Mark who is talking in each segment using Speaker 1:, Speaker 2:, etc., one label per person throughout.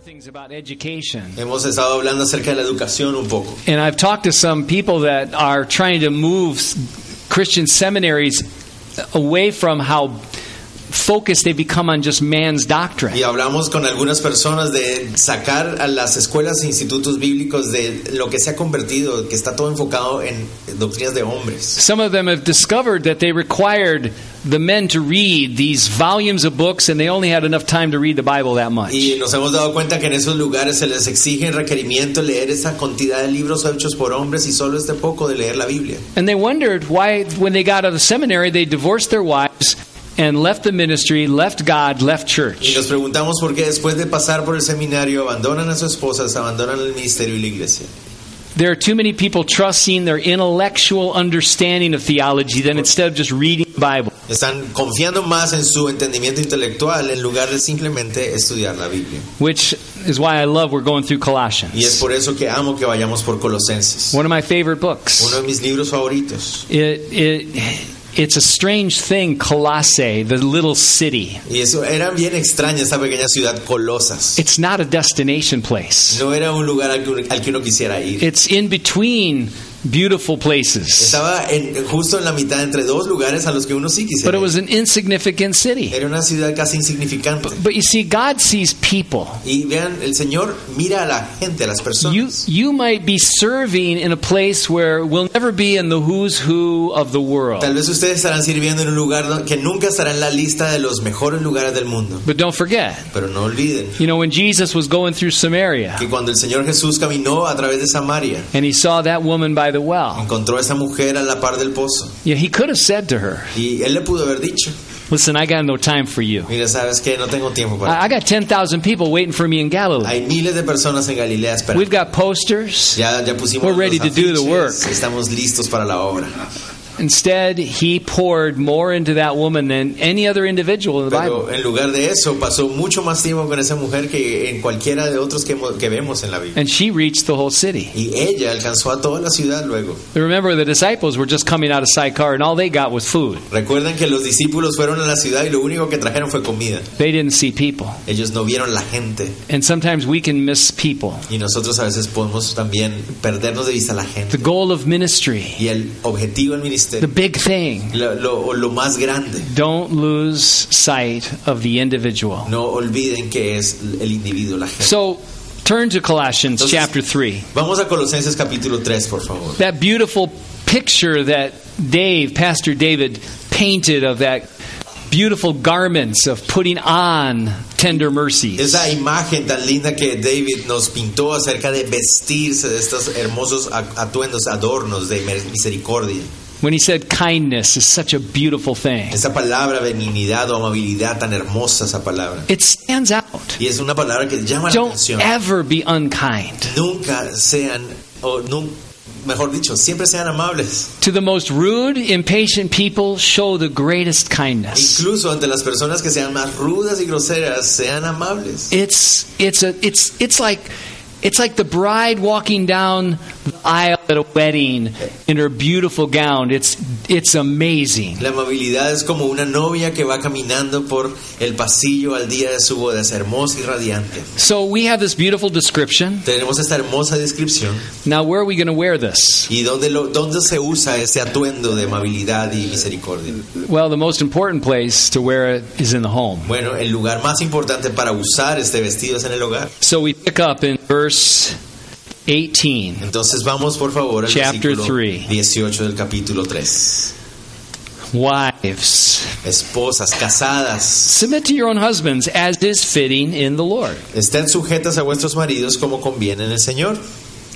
Speaker 1: things about education.
Speaker 2: Hemos estado hablando acerca de la educación un poco.
Speaker 1: And I've talked to some people that are trying to move s- Christian seminaries away from how focused they become on just man's doctrine.
Speaker 2: Y hablamos con algunas personas de sacar a las escuelas e institutos bíblicos de lo que se ha convertido, que está todo enfocado en doctrinas de hombres.
Speaker 1: Some of them have discovered that they required the men to read these volumes of books and they only had enough time to read the Bible that much.
Speaker 2: Y nos hemos dado cuenta que en esos lugares se les exige requerimiento leer esa cantidad de libros hechos por hombres y solo este poco de leer la Biblia.
Speaker 1: And they wondered why, when they got out of the seminary, they divorced their wives and left the ministry, left God, left
Speaker 2: Y
Speaker 1: church.
Speaker 2: nos preguntamos por qué después de pasar por el seminario abandonan a sus esposas, abandonan el ministerio y la iglesia.
Speaker 1: There are too many people trusting their intellectual understanding of theology than instead of just reading the Bible.
Speaker 2: Están confiando más en su entendimiento intelectual en lugar de simplemente estudiar la Biblia.
Speaker 1: Which is why I love we're going through
Speaker 2: Y es
Speaker 1: Colossians.
Speaker 2: por eso que amo que vayamos por Colosenses.
Speaker 1: One of my favorite
Speaker 2: Uno
Speaker 1: books.
Speaker 2: de mis libros favoritos.
Speaker 1: It, it, it's a strange thing, Colossae, the little city.
Speaker 2: Y eso era bien extraña esta pequeña ciudad Colosas.
Speaker 1: It's not a destination place,
Speaker 2: No era un lugar al que, al que uno quisiera ir.
Speaker 1: it's in between beautiful places.
Speaker 2: Estaba en- justo en la mitad entre dos lugares a los que uno sí
Speaker 1: But
Speaker 2: quisiera
Speaker 1: it was
Speaker 2: ir.
Speaker 1: an insignificant city.
Speaker 2: Era una ciudad casi insignificante.
Speaker 1: But you see, God sees people.
Speaker 2: Y vean, el Señor mira a la gente, a las
Speaker 1: You,
Speaker 2: personas.
Speaker 1: you might be serving in a place where we'll never be in the who's who of the world.
Speaker 2: Tal vez ustedes estarán sirviendo en un lugar do- que nunca estará en la lista de los mejores lugares del mundo.
Speaker 1: But don't forget,
Speaker 2: Pero no olviden
Speaker 1: you know, when Jesus was going through Samaria
Speaker 2: que cuando el Señor Jesús caminó a través de Samaria,
Speaker 1: and he saw that woman by the well,
Speaker 2: encontró a esa mujer a la par del pozo.
Speaker 1: yeah, he could have said to her,
Speaker 2: Y él le pudo haber dicho,
Speaker 1: Listen, I got no time for you.
Speaker 2: mira, sabes que no tengo tiempo para ti.
Speaker 1: I, I got 10,000 people waiting for me in Galilee.
Speaker 2: Hay miles de personas en Galilea
Speaker 1: We've
Speaker 2: esperando.
Speaker 1: got posters.
Speaker 2: Ya, ya pusimos
Speaker 1: We're ready
Speaker 2: los
Speaker 1: to do the
Speaker 2: afiches,
Speaker 1: work.
Speaker 2: estamos listos para la obra.
Speaker 1: Instead, he poured more into that woman than any other individual in the Bible.
Speaker 2: Pero en lugar de eso, pasó mucho más tiempo con esa mujer que en cualquiera de otros que, hemos- que vemos en la Biblia.
Speaker 1: And she reached the whole city.
Speaker 2: Y ella alcanzó a toda la ciudad luego.
Speaker 1: Remember, the disciples were just coming out of Sychar, and all they got was food.
Speaker 2: Recuerdan que los discípulos fueron a la ciudad y lo único que trajeron fue comida.
Speaker 1: They didn't see people.
Speaker 2: Ellos no vieron la gente.
Speaker 1: And sometimes we can miss people.
Speaker 2: Y nosotros a veces podemos también perdernos de vista la
Speaker 1: The
Speaker 2: gente.
Speaker 1: goal of ministry,
Speaker 2: Y el objetivo del
Speaker 1: the
Speaker 2: ministerio,
Speaker 1: big thing.
Speaker 2: lo, lo- lo más grande,
Speaker 1: Don't lose sight of the individual.
Speaker 2: no olviden que es el individuo, la gente.
Speaker 1: So turn to Colossians
Speaker 2: Entonces-
Speaker 1: chapter 3.
Speaker 2: Vamos a Colosenses capítulo 3, por favor.
Speaker 1: That beautiful picture that Dave, Pastor David, painted of that beautiful garments of putting on tender mercies.
Speaker 2: Esa imagen tan linda que David nos pintó acerca de vestirse de estos hermosos a- atuendos, adornos de mer- misericordia.
Speaker 1: When he said kindness is such a beautiful thing,
Speaker 2: Esa palabra benignidad o amabilidad tan hermosa, esa palabra.
Speaker 1: it stands out.
Speaker 2: Y es una palabra que llama la
Speaker 1: Don't
Speaker 2: atención.
Speaker 1: ever be unkind
Speaker 2: Nunca sean, o nun- mejor dicho, siempre sean amables.
Speaker 1: to the most rude, impatient people. Show the greatest kindness.
Speaker 2: Incluso ante las personas que sean más rudas y groseras, sean amables.
Speaker 1: It's it's a it's it's like it's like the bride walking down the aisle at a wedding in her beautiful gown. It's it's amazing.
Speaker 2: La amabilidad es como una novia que va caminando por el pasillo al día de su boda, es hermosa y radiante.
Speaker 1: So we have this beautiful description.
Speaker 2: Tenemos esta hermosa descripción.
Speaker 1: Now where are we going to wear this?
Speaker 2: ¿Y dónde, lo, dónde se usa ese atuendo de amabilidad y misericordia?
Speaker 1: Well, the most important place to wear it is in the home.
Speaker 2: Bueno, el lugar más importante para usar este vestido es en el hogar.
Speaker 1: So we pick up in verse 18.
Speaker 2: Entonces vamos por favor al
Speaker 1: Chapter
Speaker 2: versículo
Speaker 1: three.
Speaker 2: 18 del capítulo 3.
Speaker 1: Wives,
Speaker 2: Esposas casadas,
Speaker 1: submit to your own husbands as is fitting in the Lord.
Speaker 2: estén sujetas a vuestros maridos como conviene en el Señor.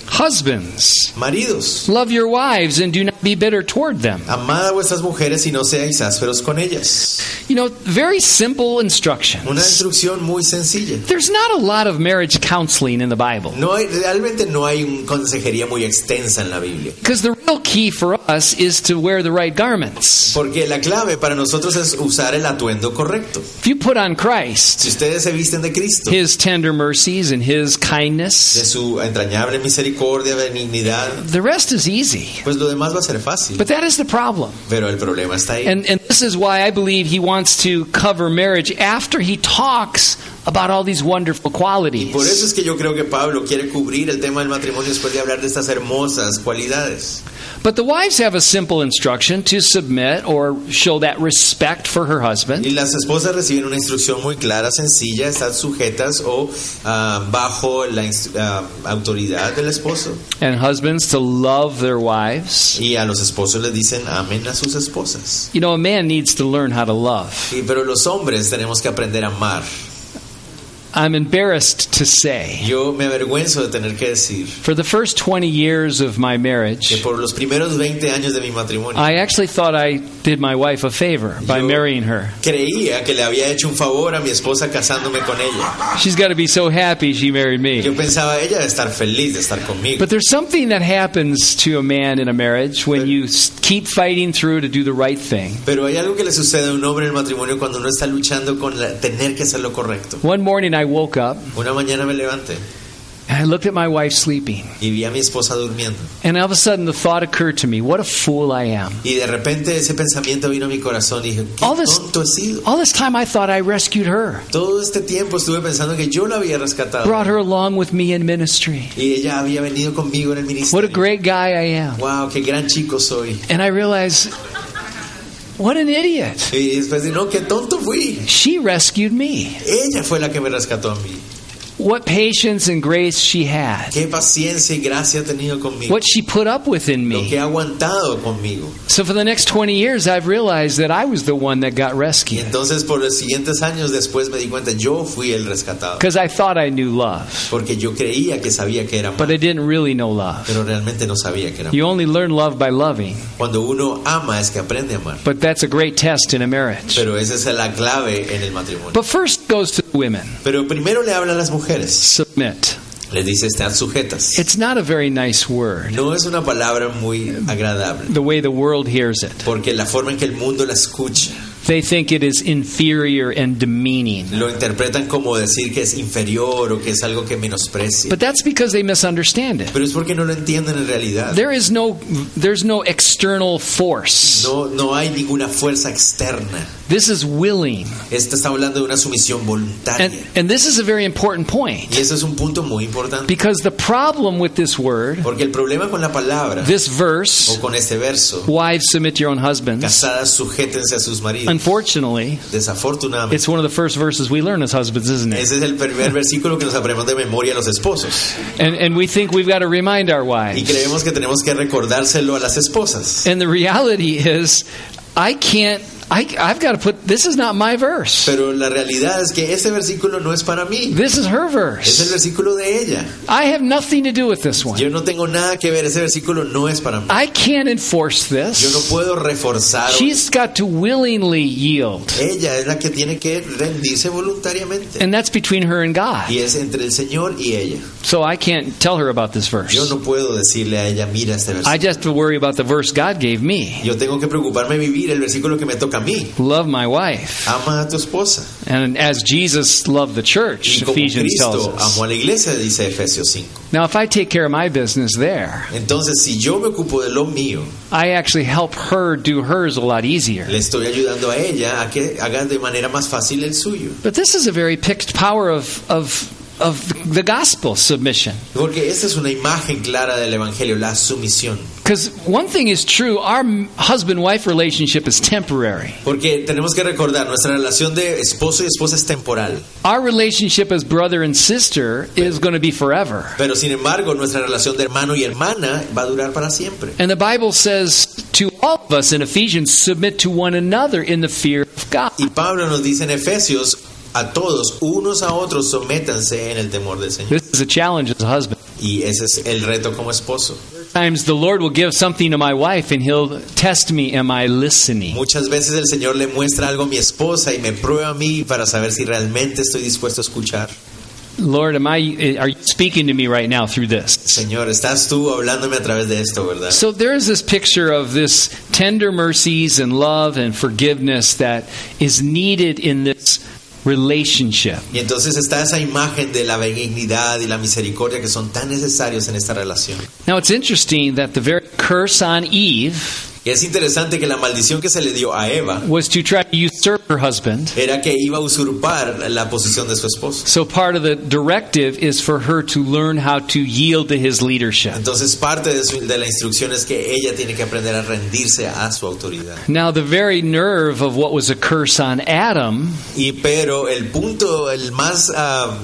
Speaker 1: Husbands,
Speaker 2: Maridos,
Speaker 1: love your wives and do not be bitter toward them.
Speaker 2: amad a vuestras mujeres y no seáis ásperos con ellas.
Speaker 1: You know, very simple
Speaker 2: Una
Speaker 1: instructions.
Speaker 2: instrucción muy sencilla.
Speaker 1: There's not a lot of marriage counseling in the Bible
Speaker 2: No hay, realmente no hay una consejería muy extensa en la Biblia.
Speaker 1: because the real key for us is to wear the right garments.
Speaker 2: Porque la clave para nosotros es usar el atuendo correcto.
Speaker 1: If you put on
Speaker 2: Si
Speaker 1: Christ,
Speaker 2: ustedes se visten de Cristo,
Speaker 1: his tender mercies and his
Speaker 2: de
Speaker 1: kindness,
Speaker 2: su entrañable misericordia, benignidad,
Speaker 1: the rest is easy.
Speaker 2: pues lo demás va a ser fácil.
Speaker 1: But that is the problem.
Speaker 2: Pero el problema está ahí.
Speaker 1: And, and this is why I believe he wants to cover marriage after he talks about all these wonderful qualities.
Speaker 2: Por eso es que yo creo que Pablo quiere cubrir el tema del matrimonio después de hablar de estas hermosas cualidades.
Speaker 1: But the wives have a simple instruction to submit or show that respect for her husband.
Speaker 2: Y las esposas reciben una instrucción muy clara, sencilla, están sujetas o ah, bajo la inst- ah, autoridad del esposo.
Speaker 1: and husbands to love their wives.
Speaker 2: Y a los esposos les dicen amen a sus esposas.
Speaker 1: You know, a man needs to learn how to love.
Speaker 2: Y, pero los hombres tenemos que aprender a amar.
Speaker 1: I'm embarrassed to say,
Speaker 2: Yo me avergüenzo de tener que decir
Speaker 1: for the first 20 years of my
Speaker 2: que
Speaker 1: marriage,
Speaker 2: por los primeros 20 años de mi matrimonio
Speaker 1: I actually thought I did my wife a favor by
Speaker 2: You-
Speaker 1: marrying her.
Speaker 2: creía que le había hecho un favor a mi esposa casándome con ella.
Speaker 1: She's got to be so happy she married me.
Speaker 2: Yo pensaba ella de estar feliz de estar conmigo.
Speaker 1: But there's something that happens to a man in a marriage when
Speaker 2: But-
Speaker 1: you s- keep fighting through to do the right thing.
Speaker 2: Pero hay algo que le sucede a un hombre en el matrimonio cuando no está luchando con la- tener que hacer lo correcto.
Speaker 1: One morning I woke up
Speaker 2: Una mañana me levanté
Speaker 1: and I looked at my wife sleeping.
Speaker 2: y vi a mi esposa durmiendo.
Speaker 1: And all of a sudden the thought occurred to me, what a fool I am.
Speaker 2: Y de repente ese pensamiento vino a mi corazón y dije, ¿qué
Speaker 1: All this-
Speaker 2: tonto he sido?
Speaker 1: All this time I thought I rescued her.
Speaker 2: Todo este tiempo estuve pensando que yo la había rescatado.
Speaker 1: brought her along with me in ministry.
Speaker 2: Y ella había venido conmigo en el
Speaker 1: What a
Speaker 2: ministerio.
Speaker 1: great guy I am.
Speaker 2: Wow, qué gran chico soy.
Speaker 1: And I realized, what an idiot.
Speaker 2: Y después dije, no, qué tonto fui.
Speaker 1: She rescued me.
Speaker 2: Ella fue la que me rescató a mí.
Speaker 1: What patience and grace she had.
Speaker 2: Qué paciencia y gracia ha tenido conmigo.
Speaker 1: What she put up with in
Speaker 2: Lo que
Speaker 1: me.
Speaker 2: ha aguantado conmigo.
Speaker 1: So for the next 20 years, I've realized that I was the one that got
Speaker 2: Y
Speaker 1: rescued
Speaker 2: entonces por los siguientes años después me di cuenta, yo fui el rescatado.
Speaker 1: because I thought I knew love,
Speaker 2: Porque yo creía que sabía que era
Speaker 1: but
Speaker 2: amor,
Speaker 1: I didn't really know love.
Speaker 2: pero realmente no sabía que era amor.
Speaker 1: You only learn love by loving,
Speaker 2: Cuando uno ama es que aprende a amar.
Speaker 1: but that's a great test in a marriage.
Speaker 2: Pero esa es la clave en el matrimonio.
Speaker 1: But first goes to the women
Speaker 2: Pero primero le habla a las mujeres.
Speaker 1: submit.
Speaker 2: Les dice, están sujetas.
Speaker 1: It's not a very nice word,
Speaker 2: No es una palabra muy agradable.
Speaker 1: the way the world hears it.
Speaker 2: Porque la forma en que el mundo la escucha
Speaker 1: They think it is inferior and demeaning.
Speaker 2: lo interpretan como decir que es inferior o que es algo que menosprecia.
Speaker 1: But that's because they misunderstand it.
Speaker 2: Pero es porque no lo entienden en realidad.
Speaker 1: There is no there's no external force.
Speaker 2: No, no hay ninguna fuerza externa.
Speaker 1: This is willing.
Speaker 2: Esta está hablando de una sumisión
Speaker 1: And
Speaker 2: voluntaria.
Speaker 1: and this is a very important point
Speaker 2: Y eso es un punto muy importante.
Speaker 1: because the problem with this word,
Speaker 2: Porque el problema con la palabra
Speaker 1: this
Speaker 2: o
Speaker 1: verse,
Speaker 2: con este verso,
Speaker 1: wives submit to your own husbands,
Speaker 2: casadas sujétense a sus maridos.
Speaker 1: unfortunately,
Speaker 2: Desafortunadamente.
Speaker 1: it's one of the first verses we learn as husbands, isn't it?
Speaker 2: Ese es el primer versículo que nos aprendemos de memoria a los esposos.
Speaker 1: And and we think we've got to remind our
Speaker 2: Y
Speaker 1: wives.
Speaker 2: creemos que tenemos que recordárselo a las esposas.
Speaker 1: And the reality is I can't I, I've got to put this is not my verse.
Speaker 2: Pero la realidad es que este versículo no es para mí.
Speaker 1: This is her
Speaker 2: Es el
Speaker 1: verse.
Speaker 2: versículo de ella.
Speaker 1: I have nothing to do with this one.
Speaker 2: Yo no tengo nada que ver. Ese versículo no es para mí.
Speaker 1: I can't enforce
Speaker 2: Yo no
Speaker 1: this.
Speaker 2: puedo reforzar.
Speaker 1: She's got to willingly yield.
Speaker 2: Ella es la que tiene que rendirse voluntariamente.
Speaker 1: And that's between her and God.
Speaker 2: Y es entre el Señor y ella.
Speaker 1: So I can't tell her about this
Speaker 2: Yo
Speaker 1: verse.
Speaker 2: no puedo decirle a ella, mira este
Speaker 1: I
Speaker 2: versículo.
Speaker 1: just have to worry about the verse God gave me.
Speaker 2: Yo tengo que preocuparme de vivir el versículo que me toca a mí.
Speaker 1: Love my wife.
Speaker 2: Ama a tu esposa.
Speaker 1: And as Jesus loved the
Speaker 2: Y
Speaker 1: church,
Speaker 2: como
Speaker 1: Ephesians tells
Speaker 2: Cristo amó
Speaker 1: us.
Speaker 2: a la iglesia, dice Efesios 5.
Speaker 1: Now, if I take care of my business there,
Speaker 2: Entonces, si yo me ocupo de lo mío,
Speaker 1: I actually help her do hers a lot easier.
Speaker 2: le estoy ayudando a ella a que haga de manera más fácil el suyo.
Speaker 1: But this is a very picked power of, of, of the gospel submission.
Speaker 2: Porque esta es una imagen clara del Evangelio, la sumisión.
Speaker 1: Because one thing is true our husband wife relationship is temporary.
Speaker 2: Porque tenemos que recordar, nuestra relación de esposo y esposa es temporal.
Speaker 1: Our relationship as brother and sister is going to be forever.
Speaker 2: Pero sin embargo, nuestra relación de hermano y hermana va a durar para siempre.
Speaker 1: And the Bible says to all of us in Ephesians submit to one another in the fear of God.
Speaker 2: Y Pablo nos dice en Efesios, a todos, unos a otros, sométanse en el temor del Señor.
Speaker 1: This is a challenge as a husband.
Speaker 2: Y ese es el reto como esposo.
Speaker 1: Sometimes the Lord will give something to my wife and he'll test me am I listening?
Speaker 2: Muchas veces el Señor le muestra algo a mi esposa y me prueba a mí para saber si realmente estoy dispuesto a escuchar.
Speaker 1: Lord, am I are you speaking to me right now through this?
Speaker 2: Señor, estás tú hablándome a través de esto, ¿verdad?
Speaker 1: So there is this picture of this tender mercies and love and forgiveness that is needed in this relationship.
Speaker 2: Y entonces está esa imagen de la benignidad y la misericordia que son tan necesarios en esta relación.
Speaker 1: Now it's interesting that the very curse on Eve
Speaker 2: Y es interesante que la maldición que se le dio a Eva
Speaker 1: was to try to usurp her husband.
Speaker 2: era que iba a usurpar la posición de su esposo.
Speaker 1: So part of the directive is for her to learn how to yield to his leadership.
Speaker 2: Entonces parte de, su- de la instrucción es que ella tiene que aprender a rendirse a su autoridad.
Speaker 1: Now, the very nerve of what was a curse on Adam
Speaker 2: Y pero el punto, el más ah,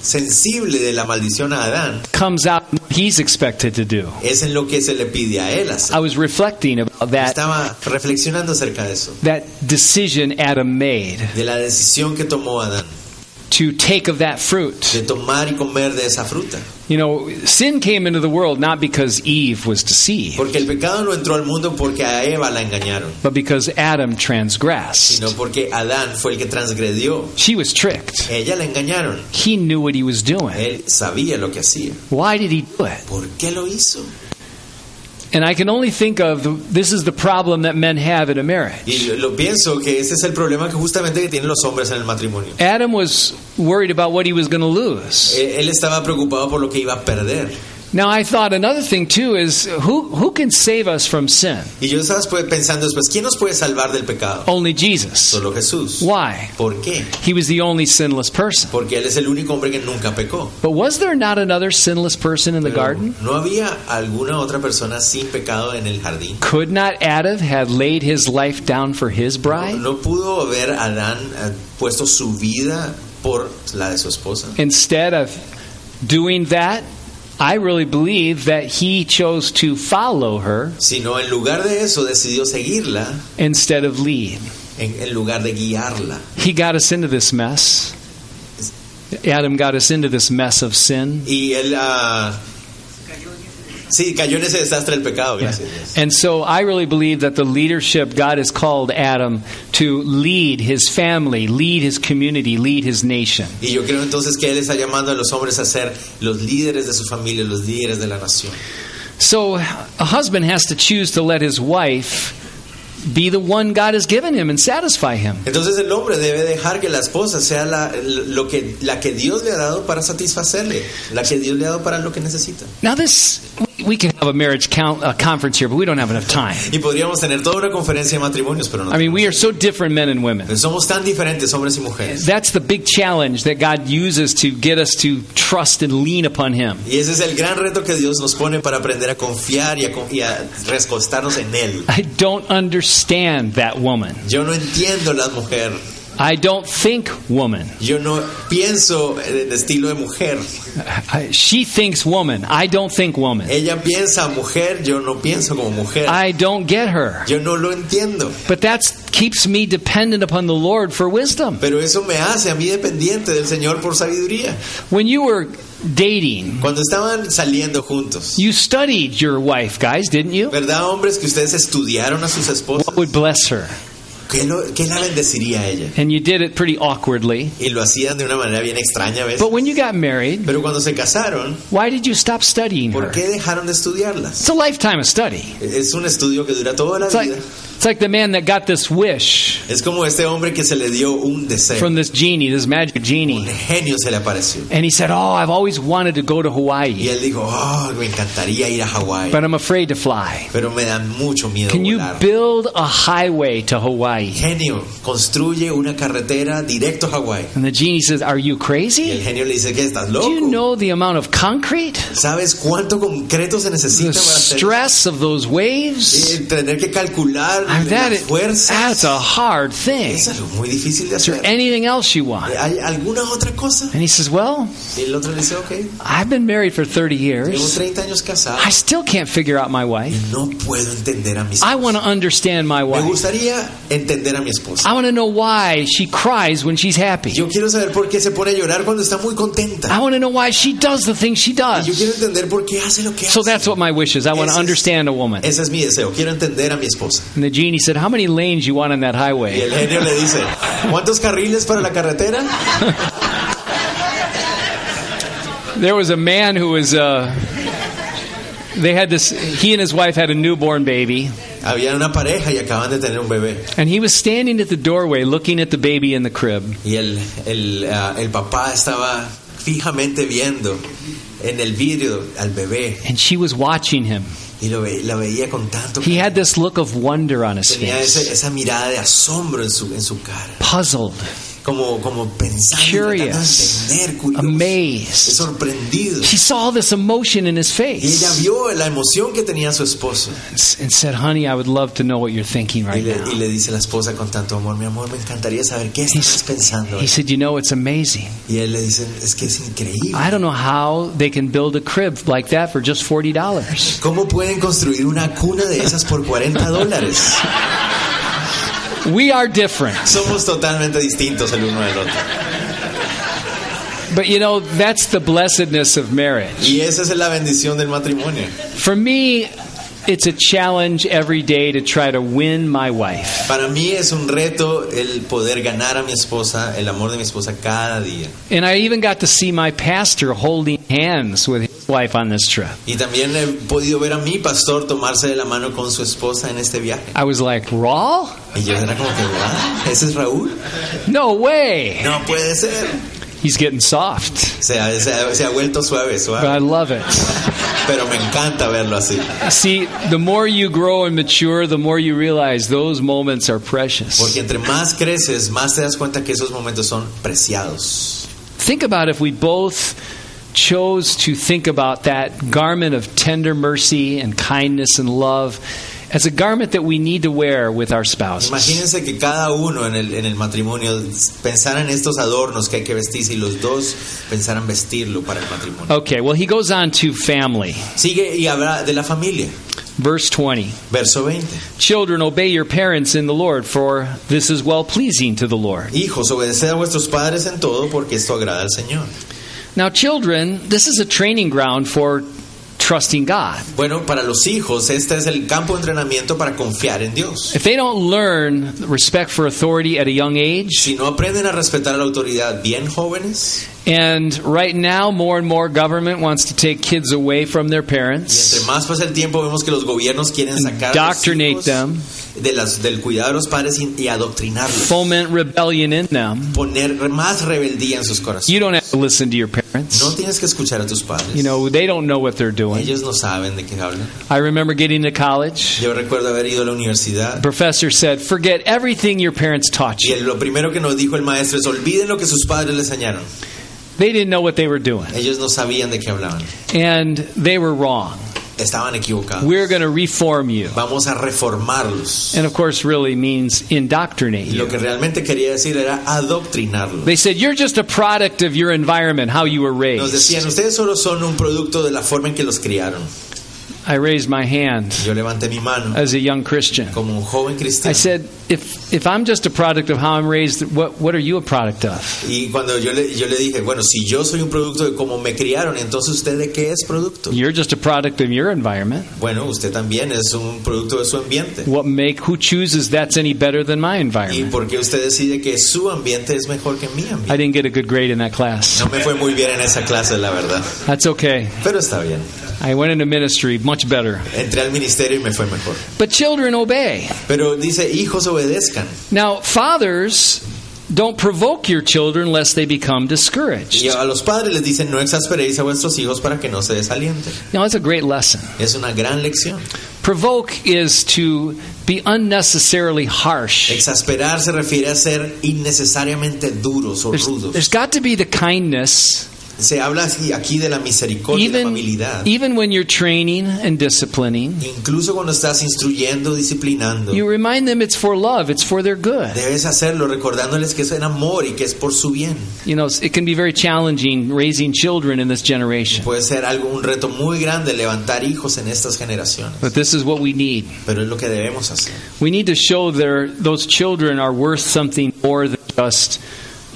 Speaker 2: sensible de la maldición a Adán
Speaker 1: comes out in what he's expected to do.
Speaker 2: es en lo que se le pide a él hacer.
Speaker 1: I was reflecting about that,
Speaker 2: Estaba reflexionando acerca de eso,
Speaker 1: that decision Adam made
Speaker 2: de la decisión que tomó Adán
Speaker 1: to take of that fruit.
Speaker 2: de tomar y comer de esa fruta.
Speaker 1: You know, sin came into the world not because Eve was deceived,
Speaker 2: Porque el pecado no entró al mundo porque a Eva la engañaron,
Speaker 1: but because Adam transgressed.
Speaker 2: sino porque Adán fue el que transgredió.
Speaker 1: She was tricked.
Speaker 2: Ella la engañaron.
Speaker 1: He knew what he was doing.
Speaker 2: Él sabía lo que hacía.
Speaker 1: Why did he do it?
Speaker 2: ¿Por qué lo hizo?
Speaker 1: And I can only think of the, this is the problem that men have in a marriage.
Speaker 2: Y lo- lo pienso que ese es el problema que justamente que tienen los hombres en el matrimonio.
Speaker 1: Adam was worried about what he was going to lose.
Speaker 2: Eh, Él estaba preocupado por lo que iba a perder.
Speaker 1: Now I thought another thing too is who who can save us from sin?
Speaker 2: Y yo estaba después pensando después, ¿quién nos puede salvar del pecado?
Speaker 1: Only Jesus.
Speaker 2: Solo Jesús.
Speaker 1: Why?
Speaker 2: ¿Por qué?
Speaker 1: He was the only sinless person.
Speaker 2: Porque Él es el único hombre que nunca pecó.
Speaker 1: But was there not another sinless person in the
Speaker 2: Pero
Speaker 1: garden?
Speaker 2: ¿No había alguna otra persona sin pecado en el jardín?
Speaker 1: Could not Adam have laid his life down for his bride?
Speaker 2: ¿No pudo haber Adán eh, puesto su vida por la de su esposa?
Speaker 1: Instead of doing that, I really believe that he chose to follow her
Speaker 2: Sino en lugar de eso decidió seguirla
Speaker 1: instead of lead.
Speaker 2: en, en lugar de guiarla.
Speaker 1: He got us into this mess. Adam got us into this mess of sin.
Speaker 2: Y él... ah, sí, cayó en ese desastre del pecado, gracias.
Speaker 1: And so I really believe that the leadership God has called Adam to lead his family, lead his community, lead his nation.
Speaker 2: Y yo creo entonces que Él está llamando a los hombres a ser los líderes de su familia, los líderes de la nación.
Speaker 1: So a husband has to choose to let his wife be the one God has given him and satisfy him.
Speaker 2: Entonces el hombre debe dejar que la esposa sea la, lo que, la que Dios le ha dado para satisfacerle, la que Dios le ha dado para lo que necesita.
Speaker 1: Now this we can have a marriage count, uh, conference here, but we don't have enough time.
Speaker 2: Y podríamos tener toda una conferencia de matrimonios, pero no.
Speaker 1: I mean, we are so different men and women.
Speaker 2: Somos tan diferentes hombres y mujeres.
Speaker 1: That's the big challenge that God uses to get us to trust and lean upon him.
Speaker 2: Y ese es el gran reto que Dios nos pone para aprender a confiar y a, con- y a recostarnos en Él.
Speaker 1: I don't understand that woman.
Speaker 2: Yo no entiendo la mujer.
Speaker 1: I don't think woman.
Speaker 2: Yo no pienso en el estilo de mujer.
Speaker 1: I- she thinks woman. I don't think woman.
Speaker 2: Ella piensa mujer, yo no pienso como mujer.
Speaker 1: I don't get her.
Speaker 2: Yo no lo entiendo.
Speaker 1: But that keeps me dependent upon the Lord for wisdom.
Speaker 2: Pero eso me hace a mí dependiente del Señor por sabiduría.
Speaker 1: When you were dating,
Speaker 2: Cuando estaban saliendo juntos,
Speaker 1: you studied your wife, guys, didn't you?
Speaker 2: ¿verdad, hombres, que ustedes estudiaron a sus esposas?
Speaker 1: What would bless her?
Speaker 2: ¿Qué, lo- qué la bendeciría a ella?
Speaker 1: And you did it pretty awkwardly.
Speaker 2: Y lo hacían de una manera bien extraña a veces.
Speaker 1: But when you got married,
Speaker 2: Pero cuando se casaron,
Speaker 1: why did you stop studying
Speaker 2: ¿por
Speaker 1: her?
Speaker 2: qué dejaron de estudiarlas?
Speaker 1: It's a lifetime of study.
Speaker 2: Es un estudio que dura toda la
Speaker 1: It's like,
Speaker 2: vida.
Speaker 1: it's like the man that got this wish
Speaker 2: Es como este hombre que se le dio un deseo.
Speaker 1: from this genie, this magic
Speaker 2: Un
Speaker 1: genie.
Speaker 2: genio se le apareció.
Speaker 1: And he said, Oh, I've always wanted to go to
Speaker 2: Y
Speaker 1: Hawaii,
Speaker 2: él dijo, oh, me encantaría ir a Hawái.
Speaker 1: but I'm afraid to fly.
Speaker 2: Pero me dan mucho miedo
Speaker 1: Can you
Speaker 2: volar.
Speaker 1: build a highway to Hawaii?
Speaker 2: Genio, construye una carretera directo a Hawái.
Speaker 1: And the genie says, Are you
Speaker 2: Y el
Speaker 1: crazy?
Speaker 2: genio le dice que estás
Speaker 1: Do
Speaker 2: loco.
Speaker 1: you know the amount of concrete?
Speaker 2: ¿Sabes cuánto concreto se necesita
Speaker 1: The
Speaker 2: para hacer?
Speaker 1: stress of those waves?
Speaker 2: Eh, tener que calcular
Speaker 1: I mean, that
Speaker 2: las
Speaker 1: is-
Speaker 2: fuerzas.
Speaker 1: that's a hard thing.
Speaker 2: Es algo muy difícil de
Speaker 1: Is there
Speaker 2: hacer.
Speaker 1: anything else you want?
Speaker 2: ¿Hay alguna otra cosa?
Speaker 1: And he says, Well,
Speaker 2: Y el otro le dice, ok,
Speaker 1: I've been married for 30
Speaker 2: llevo
Speaker 1: years.
Speaker 2: 30 años casado
Speaker 1: I still can't figure out my
Speaker 2: y
Speaker 1: wife.
Speaker 2: no puedo entender a mi
Speaker 1: I
Speaker 2: esposa.
Speaker 1: want to understand my
Speaker 2: Me
Speaker 1: wife.
Speaker 2: gustaría entender a mi esposa.
Speaker 1: I want to know why she cries when she's happy.
Speaker 2: Yo quiero saber por qué se pone a llorar cuando está muy
Speaker 1: I
Speaker 2: contenta.
Speaker 1: want to know why she does the things she
Speaker 2: Y yo
Speaker 1: does.
Speaker 2: quiero entender por qué hace lo que hace.
Speaker 1: So that's what my wish is. I want to
Speaker 2: Ese es-
Speaker 1: understand a woman.
Speaker 2: Ese es mi deseo, quiero entender a mi esposa.
Speaker 1: And the genie said, How many lanes you want on that
Speaker 2: Y
Speaker 1: highway?
Speaker 2: el genio le dice, ¿cuántos carriles para la carretera?
Speaker 1: There was a man who was, uh, they had this, he and his wife had a newborn baby.
Speaker 2: Había una pareja y acaban de tener un bebé.
Speaker 1: And he was standing at the doorway looking at the baby in the crib.
Speaker 2: Y el, el, ah, el papá estaba fijamente viendo en el vidrio al bebé
Speaker 1: And she was watching him.
Speaker 2: y y lo ve- la veía con tanto
Speaker 1: He
Speaker 2: cariño.
Speaker 1: had this look of wonder on his
Speaker 2: tenía ese-
Speaker 1: face,
Speaker 2: esa mirada de asombro en su, en su cara
Speaker 1: puzzled,
Speaker 2: como, como pensando tratando de
Speaker 1: Curious.
Speaker 2: entender curioso,
Speaker 1: amazed.
Speaker 2: sorprendido
Speaker 1: She saw this emotion in his
Speaker 2: y ella
Speaker 1: face
Speaker 2: vio la emoción que tenía su esposo
Speaker 1: and said, Honey, I would love to know what you're thinking
Speaker 2: y
Speaker 1: right
Speaker 2: le, y
Speaker 1: now.
Speaker 2: le dice a la esposa con tanto amor mi amor me encantaría saber qué estás pensando
Speaker 1: He said, You know, it's amazing.
Speaker 2: y él le dice es que es increíble
Speaker 1: I don't know how they can build a crib like that for just $40.
Speaker 2: ¿Cómo pueden construir una cuna de esas por 40 dólares?
Speaker 1: We are different.
Speaker 2: Somos totalmente distintos el uno del otro.
Speaker 1: But you know, that's the blessedness of marriage.
Speaker 2: Y esa es la bendición del matrimonio.
Speaker 1: For me, it's a challenge every day to try to win my wife.
Speaker 2: Para mí es un reto el poder ganar a mi esposa, el amor de mi esposa cada día.
Speaker 1: And I even got to see my pastor holding hands with his wife on this trip.
Speaker 2: Y también he podido ver a mi pastor tomarse de la mano con su esposa en este viaje.
Speaker 1: I was like, Raw?
Speaker 2: Y yo era como que, ¿verdad? ¿Ese es Raúl?
Speaker 1: No way.
Speaker 2: No puede ser.
Speaker 1: He's getting soft.
Speaker 2: Se ha, se ha- se ha vuelto suave,
Speaker 1: But
Speaker 2: suave.
Speaker 1: I love it.
Speaker 2: Pero me encanta verlo así.
Speaker 1: See, the more you grow and mature, the more you realize those moments are precious.
Speaker 2: Porque entre más creces, más te das cuenta que esos momentos son preciados.
Speaker 1: Think about if we both chose to think about that garment of tender mercy and kindness and love as a garment that we need to wear with our spouses.
Speaker 2: Imagínense que cada uno en el, en el matrimonio pensara en estos adornos que hay que vestirse y los dos pensaran vestirlo para el matrimonio.
Speaker 1: Okay, well, he goes on to family.
Speaker 2: Sigue y habla de la familia.
Speaker 1: Verse 20
Speaker 2: Verso 20.
Speaker 1: Children, obey your parents in the Lord, for this is well pleasing to the Lord.
Speaker 2: Hijos, obedeced a vuestros padres en todo porque esto agrada al Señor.
Speaker 1: Now, children, this is a training ground for trusting God.
Speaker 2: Bueno, para los hijos este es el campo de entrenamiento para confiar en Dios.
Speaker 1: If they don't learn respect for authority at a young age,
Speaker 2: Si no aprenden a respetar a la autoridad bien jóvenes,
Speaker 1: and right now more and more government wants to take kids away from their
Speaker 2: y entre
Speaker 1: parents,
Speaker 2: más pasa el tiempo vemos que los gobiernos quieren sacar a los
Speaker 1: Indoctrinate
Speaker 2: hijos
Speaker 1: them.
Speaker 2: de las, del cuidado de los padres y, y adoctrinarlos.
Speaker 1: foment rebellion in them,
Speaker 2: Poner más rebeldía en sus corazones.
Speaker 1: you don't have to listen to your
Speaker 2: No
Speaker 1: parents.
Speaker 2: tienes que escuchar a tus padres.
Speaker 1: You know, they don't know what they're doing.
Speaker 2: Ellos no saben de qué hablan.
Speaker 1: I remember getting to college.
Speaker 2: Yo recuerdo haber ido a la
Speaker 1: The
Speaker 2: universidad
Speaker 1: professor said, forget everything your parents taught
Speaker 2: y
Speaker 1: you.
Speaker 2: el- lo primero que nos dijo el maestro es olviden lo que sus padres les enseñaron.
Speaker 1: They didn't know what they were doing,
Speaker 2: Ellos no sabían de qué hablaban.
Speaker 1: and they were wrong.
Speaker 2: Estaban equivocados.
Speaker 1: We're going to reform you.
Speaker 2: Vamos a reformarlos.
Speaker 1: And of course, really means indoctrinate
Speaker 2: Y lo
Speaker 1: you.
Speaker 2: que realmente quería decir era adoctrinarlos.
Speaker 1: They said, You're just a product of your environment, how you were
Speaker 2: Nos
Speaker 1: raised.
Speaker 2: decían, ustedes solo son un producto de la forma en que los criaron.
Speaker 1: I raised my hand
Speaker 2: Yo levanté mi mano
Speaker 1: as a young Christian.
Speaker 2: como un joven
Speaker 1: I
Speaker 2: cristiano.
Speaker 1: said, if, if I'm just a product of how I'm raised, what, what are you a product of?
Speaker 2: Y cuando yo le, yo le dije, bueno, si yo soy un producto de cómo me criaron, entonces usted de qué es producto?
Speaker 1: You're just a product of your environment.
Speaker 2: Bueno, usted también es un producto de su ambiente.
Speaker 1: What make, who chooses that's any better than my
Speaker 2: ¿Y
Speaker 1: environment?
Speaker 2: por qué usted decide que su ambiente es mejor que mi
Speaker 1: I
Speaker 2: ambiente?
Speaker 1: didn't get a good grade in that class.
Speaker 2: No me fue muy bien en esa clase, la verdad.
Speaker 1: That's okay.
Speaker 2: Pero está bien.
Speaker 1: I went into ministry much better.
Speaker 2: Entré al ministerio y me fue mejor.
Speaker 1: But children obey.
Speaker 2: Pero dice, hijos obedezcan.
Speaker 1: Now, fathers, don't provoke your children lest they become
Speaker 2: Y
Speaker 1: discouraged.
Speaker 2: a los padres les dicen, no exasperéis a vuestros hijos para que no se desalienten.
Speaker 1: Now, that's a great lesson.
Speaker 2: Es una gran lección.
Speaker 1: Provoke is to be unnecessarily harsh.
Speaker 2: Exasperar se refiere a ser innecesariamente duros o
Speaker 1: There's,
Speaker 2: rudos.
Speaker 1: there's got to be the kindness
Speaker 2: Se habla así- aquí de la misericordia y de la
Speaker 1: even,
Speaker 2: amabilidad.
Speaker 1: even when you're training and disciplining,
Speaker 2: Incluso cuando estás instruyendo, disciplinando.
Speaker 1: you remind them it's for love, it's for their good.
Speaker 2: Debes hacerlo recordándoles que es en amor y que es por su bien.
Speaker 1: You know, it can be very challenging raising children in this generation,
Speaker 2: Puede ser algo un reto muy grande levantar hijos en estas generaciones,
Speaker 1: but this is what we need.
Speaker 2: pero es lo que debemos hacer.
Speaker 1: We need to show their those children are worth something more than just,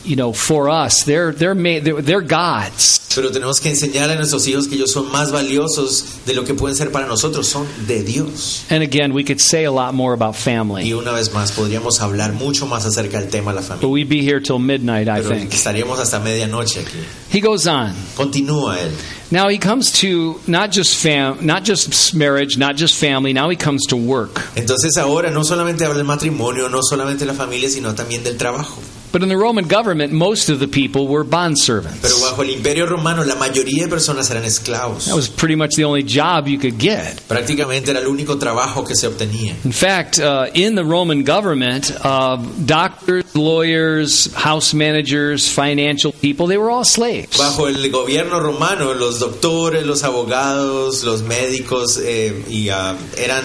Speaker 1: you know, for us. They're they're made they're, they're gods.
Speaker 2: Pero tenemos que enseñar a nuestros hijos que ellos son más valiosos de lo que pueden ser para nosotros, son de Dios.
Speaker 1: And again, we could say a lot more about
Speaker 2: Y
Speaker 1: family,
Speaker 2: una vez más podríamos hablar mucho más acerca del tema de la
Speaker 1: but
Speaker 2: familia,
Speaker 1: we'd be here till midnight, I
Speaker 2: pero
Speaker 1: think.
Speaker 2: estaríamos hasta medianoche aquí.
Speaker 1: He goes on.
Speaker 2: Continúa él.
Speaker 1: Now he comes to not just fam, not just marriage, not just family. Now he comes to work.
Speaker 2: Entonces ahora no solamente habla del matrimonio, no solamente de la familia, sino también del trabajo.
Speaker 1: But in the Roman government, most of the people were
Speaker 2: Pero
Speaker 1: bondservants.
Speaker 2: bajo el imperio romano la mayoría de personas eran esclavos.
Speaker 1: That was pretty much the only job you could get.
Speaker 2: Prácticamente era el único trabajo que se obtenía.
Speaker 1: In fact, uh, in the Roman government, uh, doctors, lawyers, house managers, financial people, they were all slaves.
Speaker 2: Bajo el gobierno romano, los doctores, los abogados, los médicos eh, y, ah, eran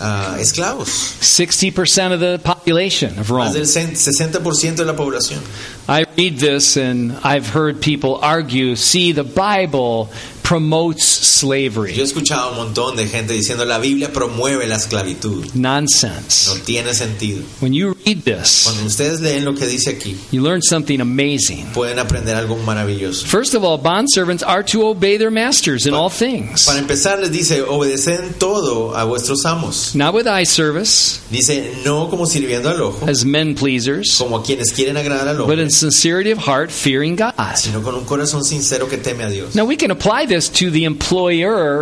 Speaker 2: ah, esclavos.
Speaker 1: 60% of the population of
Speaker 2: Más
Speaker 1: Rome.
Speaker 2: del 60% de la población.
Speaker 1: I read this and I've heard people argue see, the Bible promotes
Speaker 2: Yo he
Speaker 1: slavery.
Speaker 2: escuchado a un montón de gente diciendo la Biblia promueve la esclavitud. No
Speaker 1: Nonsense.
Speaker 2: tiene sentido.
Speaker 1: When you read this,
Speaker 2: Cuando ustedes leen lo que dice aquí,
Speaker 1: you learn something amazing.
Speaker 2: pueden aprender algo maravilloso.
Speaker 1: First of all, bondservants are to obey their masters in all things,
Speaker 2: Para empezar les dice, obedeced en todo a vuestros amos.
Speaker 1: not with eye service,
Speaker 2: Dice, no como sirviendo al ojo,
Speaker 1: as men pleasers,
Speaker 2: como a quienes quieren agradar al
Speaker 1: but
Speaker 2: hombre,
Speaker 1: in sincerity of heart, fearing God.
Speaker 2: sino con un corazón sincero que teme a Dios.
Speaker 1: Now, we can apply this to the employer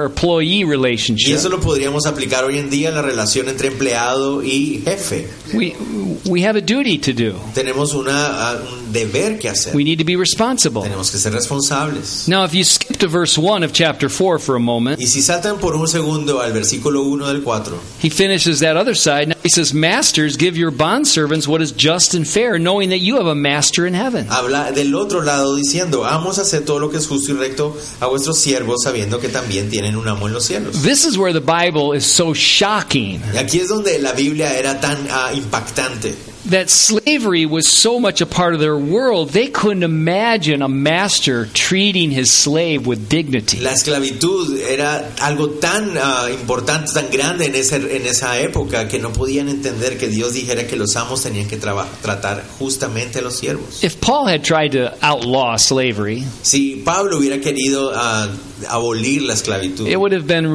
Speaker 1: employee
Speaker 2: Y
Speaker 1: relationship.
Speaker 2: eso lo podríamos aplicar hoy en día a la relación entre empleado y jefe.
Speaker 1: We, we have a duty to do,
Speaker 2: Tenemos una, a- un deber que hacer.
Speaker 1: we need to be responsible.
Speaker 2: Tenemos que ser responsables.
Speaker 1: Now, if you skip to verse 1 of chapter 4 for a moment,
Speaker 2: Y si saltan por un segundo al versículo 1 del 4,
Speaker 1: he finishes that other side. Now he says, Masters, give your bondservants what is just and fair, knowing that you have a master in heaven.
Speaker 2: habla del otro lado diciendo, amos, hacer todo lo que es justo y recto a vuestros siervos, sabiendo que también tienen un amo en los cielos.
Speaker 1: This is where the Bible is so shocking
Speaker 2: Y aquí es donde la Biblia era tan ah, impactante,
Speaker 1: that slavery was so much a part of their world, they couldn't imagine a master treating his slave with dignity.
Speaker 2: La esclavitud era algo tan ah, importante, tan grande en, ese, en esa época que no podían entender que Dios dijera que los amos tenían que traba- tratar justamente a los siervos.
Speaker 1: If Paul had tried to outlaw slavery,
Speaker 2: Si Pablo hubiera querido ah, abolir la esclavitud,
Speaker 1: it would have been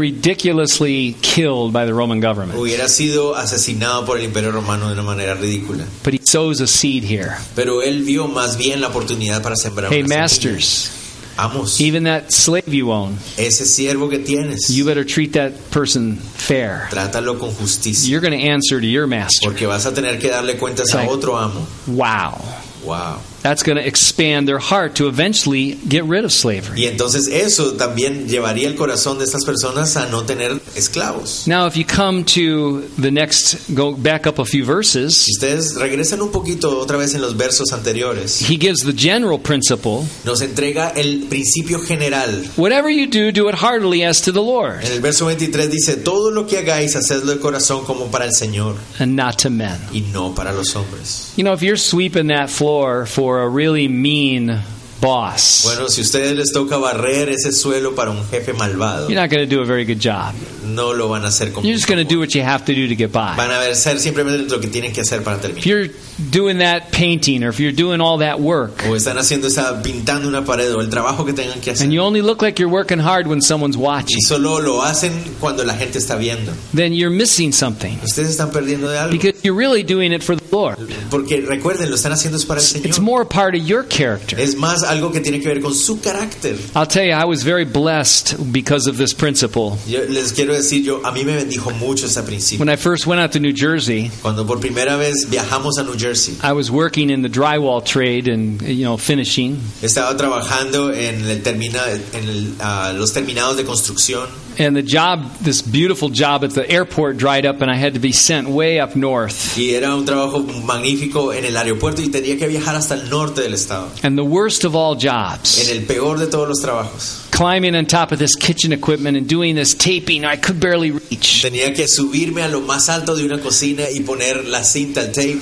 Speaker 1: ridiculously killed by the Roman government.
Speaker 2: hubiera sido asesinado por el imperio romano de una manera ridícula.
Speaker 1: But he sows a seed here.
Speaker 2: Pero él vio más bien la oportunidad para sembrar.
Speaker 1: Hey,
Speaker 2: una semilla.
Speaker 1: masters.
Speaker 2: Amos,
Speaker 1: Even that slave you own,
Speaker 2: ese siervo que tienes,
Speaker 1: you better treat that person fair.
Speaker 2: trátalo con justicia,
Speaker 1: You're going to answer to your master.
Speaker 2: porque vas a tener que darle cuentas a
Speaker 1: Right.
Speaker 2: otro amo.
Speaker 1: Wow.
Speaker 2: Wow.
Speaker 1: That's going to expand their heart to eventually get rid of slavery.
Speaker 2: Y entonces eso también llevaría el corazón de estas personas a no tener esclavos.
Speaker 1: Now, if you come to the next, go back up a few
Speaker 2: Si
Speaker 1: verses,
Speaker 2: ustedes regresan un poquito otra vez en los versos anteriores,
Speaker 1: he gives the general principle
Speaker 2: nos entrega el principio general.
Speaker 1: whatever you do, do it heartily as to the Lord
Speaker 2: En el verso 23 dice, todo lo que hagáis, hacedlo de corazón como para el Señor
Speaker 1: and not to men.
Speaker 2: y no para los hombres.
Speaker 1: You know, if you're sweeping that floor for a really mean boss,
Speaker 2: Bueno, si a ustedes les toca barrer ese suelo para un jefe malvado,
Speaker 1: you're not going to do a very good job.
Speaker 2: no lo van a hacer como...
Speaker 1: You're just going to do what you have to do to get by.
Speaker 2: Van a hacer simplemente lo que tienen que hacer para
Speaker 1: if
Speaker 2: terminar.
Speaker 1: you're doing that painting or if you're doing all that work
Speaker 2: O están haciendo esa pintando una pared o el trabajo que tengan que hacer.
Speaker 1: and you only look like you're working hard when someone's watching,
Speaker 2: Y solo lo hacen cuando la gente está viendo.
Speaker 1: then you're missing something
Speaker 2: Ustedes están perdiendo de algo.
Speaker 1: because you're really doing it for the Lord.
Speaker 2: Porque recuerden, lo están haciendo es para el
Speaker 1: It's
Speaker 2: Señor.
Speaker 1: more a part of your character.
Speaker 2: Es más algo que tiene que ver con su carácter.
Speaker 1: I'll tell you, I was very blessed because of this principle.
Speaker 2: Yo les quiero decir, yo a mí me bendijo mucho ese principio.
Speaker 1: When I first went out to New Jersey,
Speaker 2: Cuando por primera vez viajamos a New Jersey,
Speaker 1: I was working in the drywall trade and, you know, finishing.
Speaker 2: estaba trabajando en, el termina, en el, ah, los terminados de construcción
Speaker 1: And the job, this beautiful job at the airport dried up and I had to be sent way up north.
Speaker 2: y era un trabajo magnífico en el aeropuerto y tenía que viajar hasta el norte del estado,
Speaker 1: And the worst of all jobs.
Speaker 2: en el peor de todos los trabajos.
Speaker 1: climbing on top of this kitchen equipment and doing this taping I could barely reach.
Speaker 2: Tenía que subirme a lo más alto de una cocina y poner la cinta, el tape,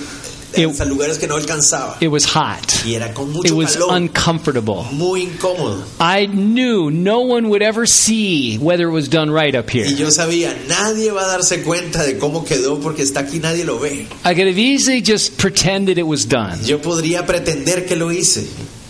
Speaker 1: Ew.
Speaker 2: a lugares que no alcanzaba.
Speaker 1: It was hot.
Speaker 2: Y era con
Speaker 1: It
Speaker 2: mucho
Speaker 1: was
Speaker 2: calor,
Speaker 1: uncomfortable.
Speaker 2: muy incómodo.
Speaker 1: I knew no one would ever see whether it was done right up
Speaker 2: Y
Speaker 1: here.
Speaker 2: yo sabía, nadie va a darse cuenta de cómo quedó porque está aquí, nadie lo ve.
Speaker 1: I could have easily just pretended it was done,
Speaker 2: Yo podría pretender que lo hice,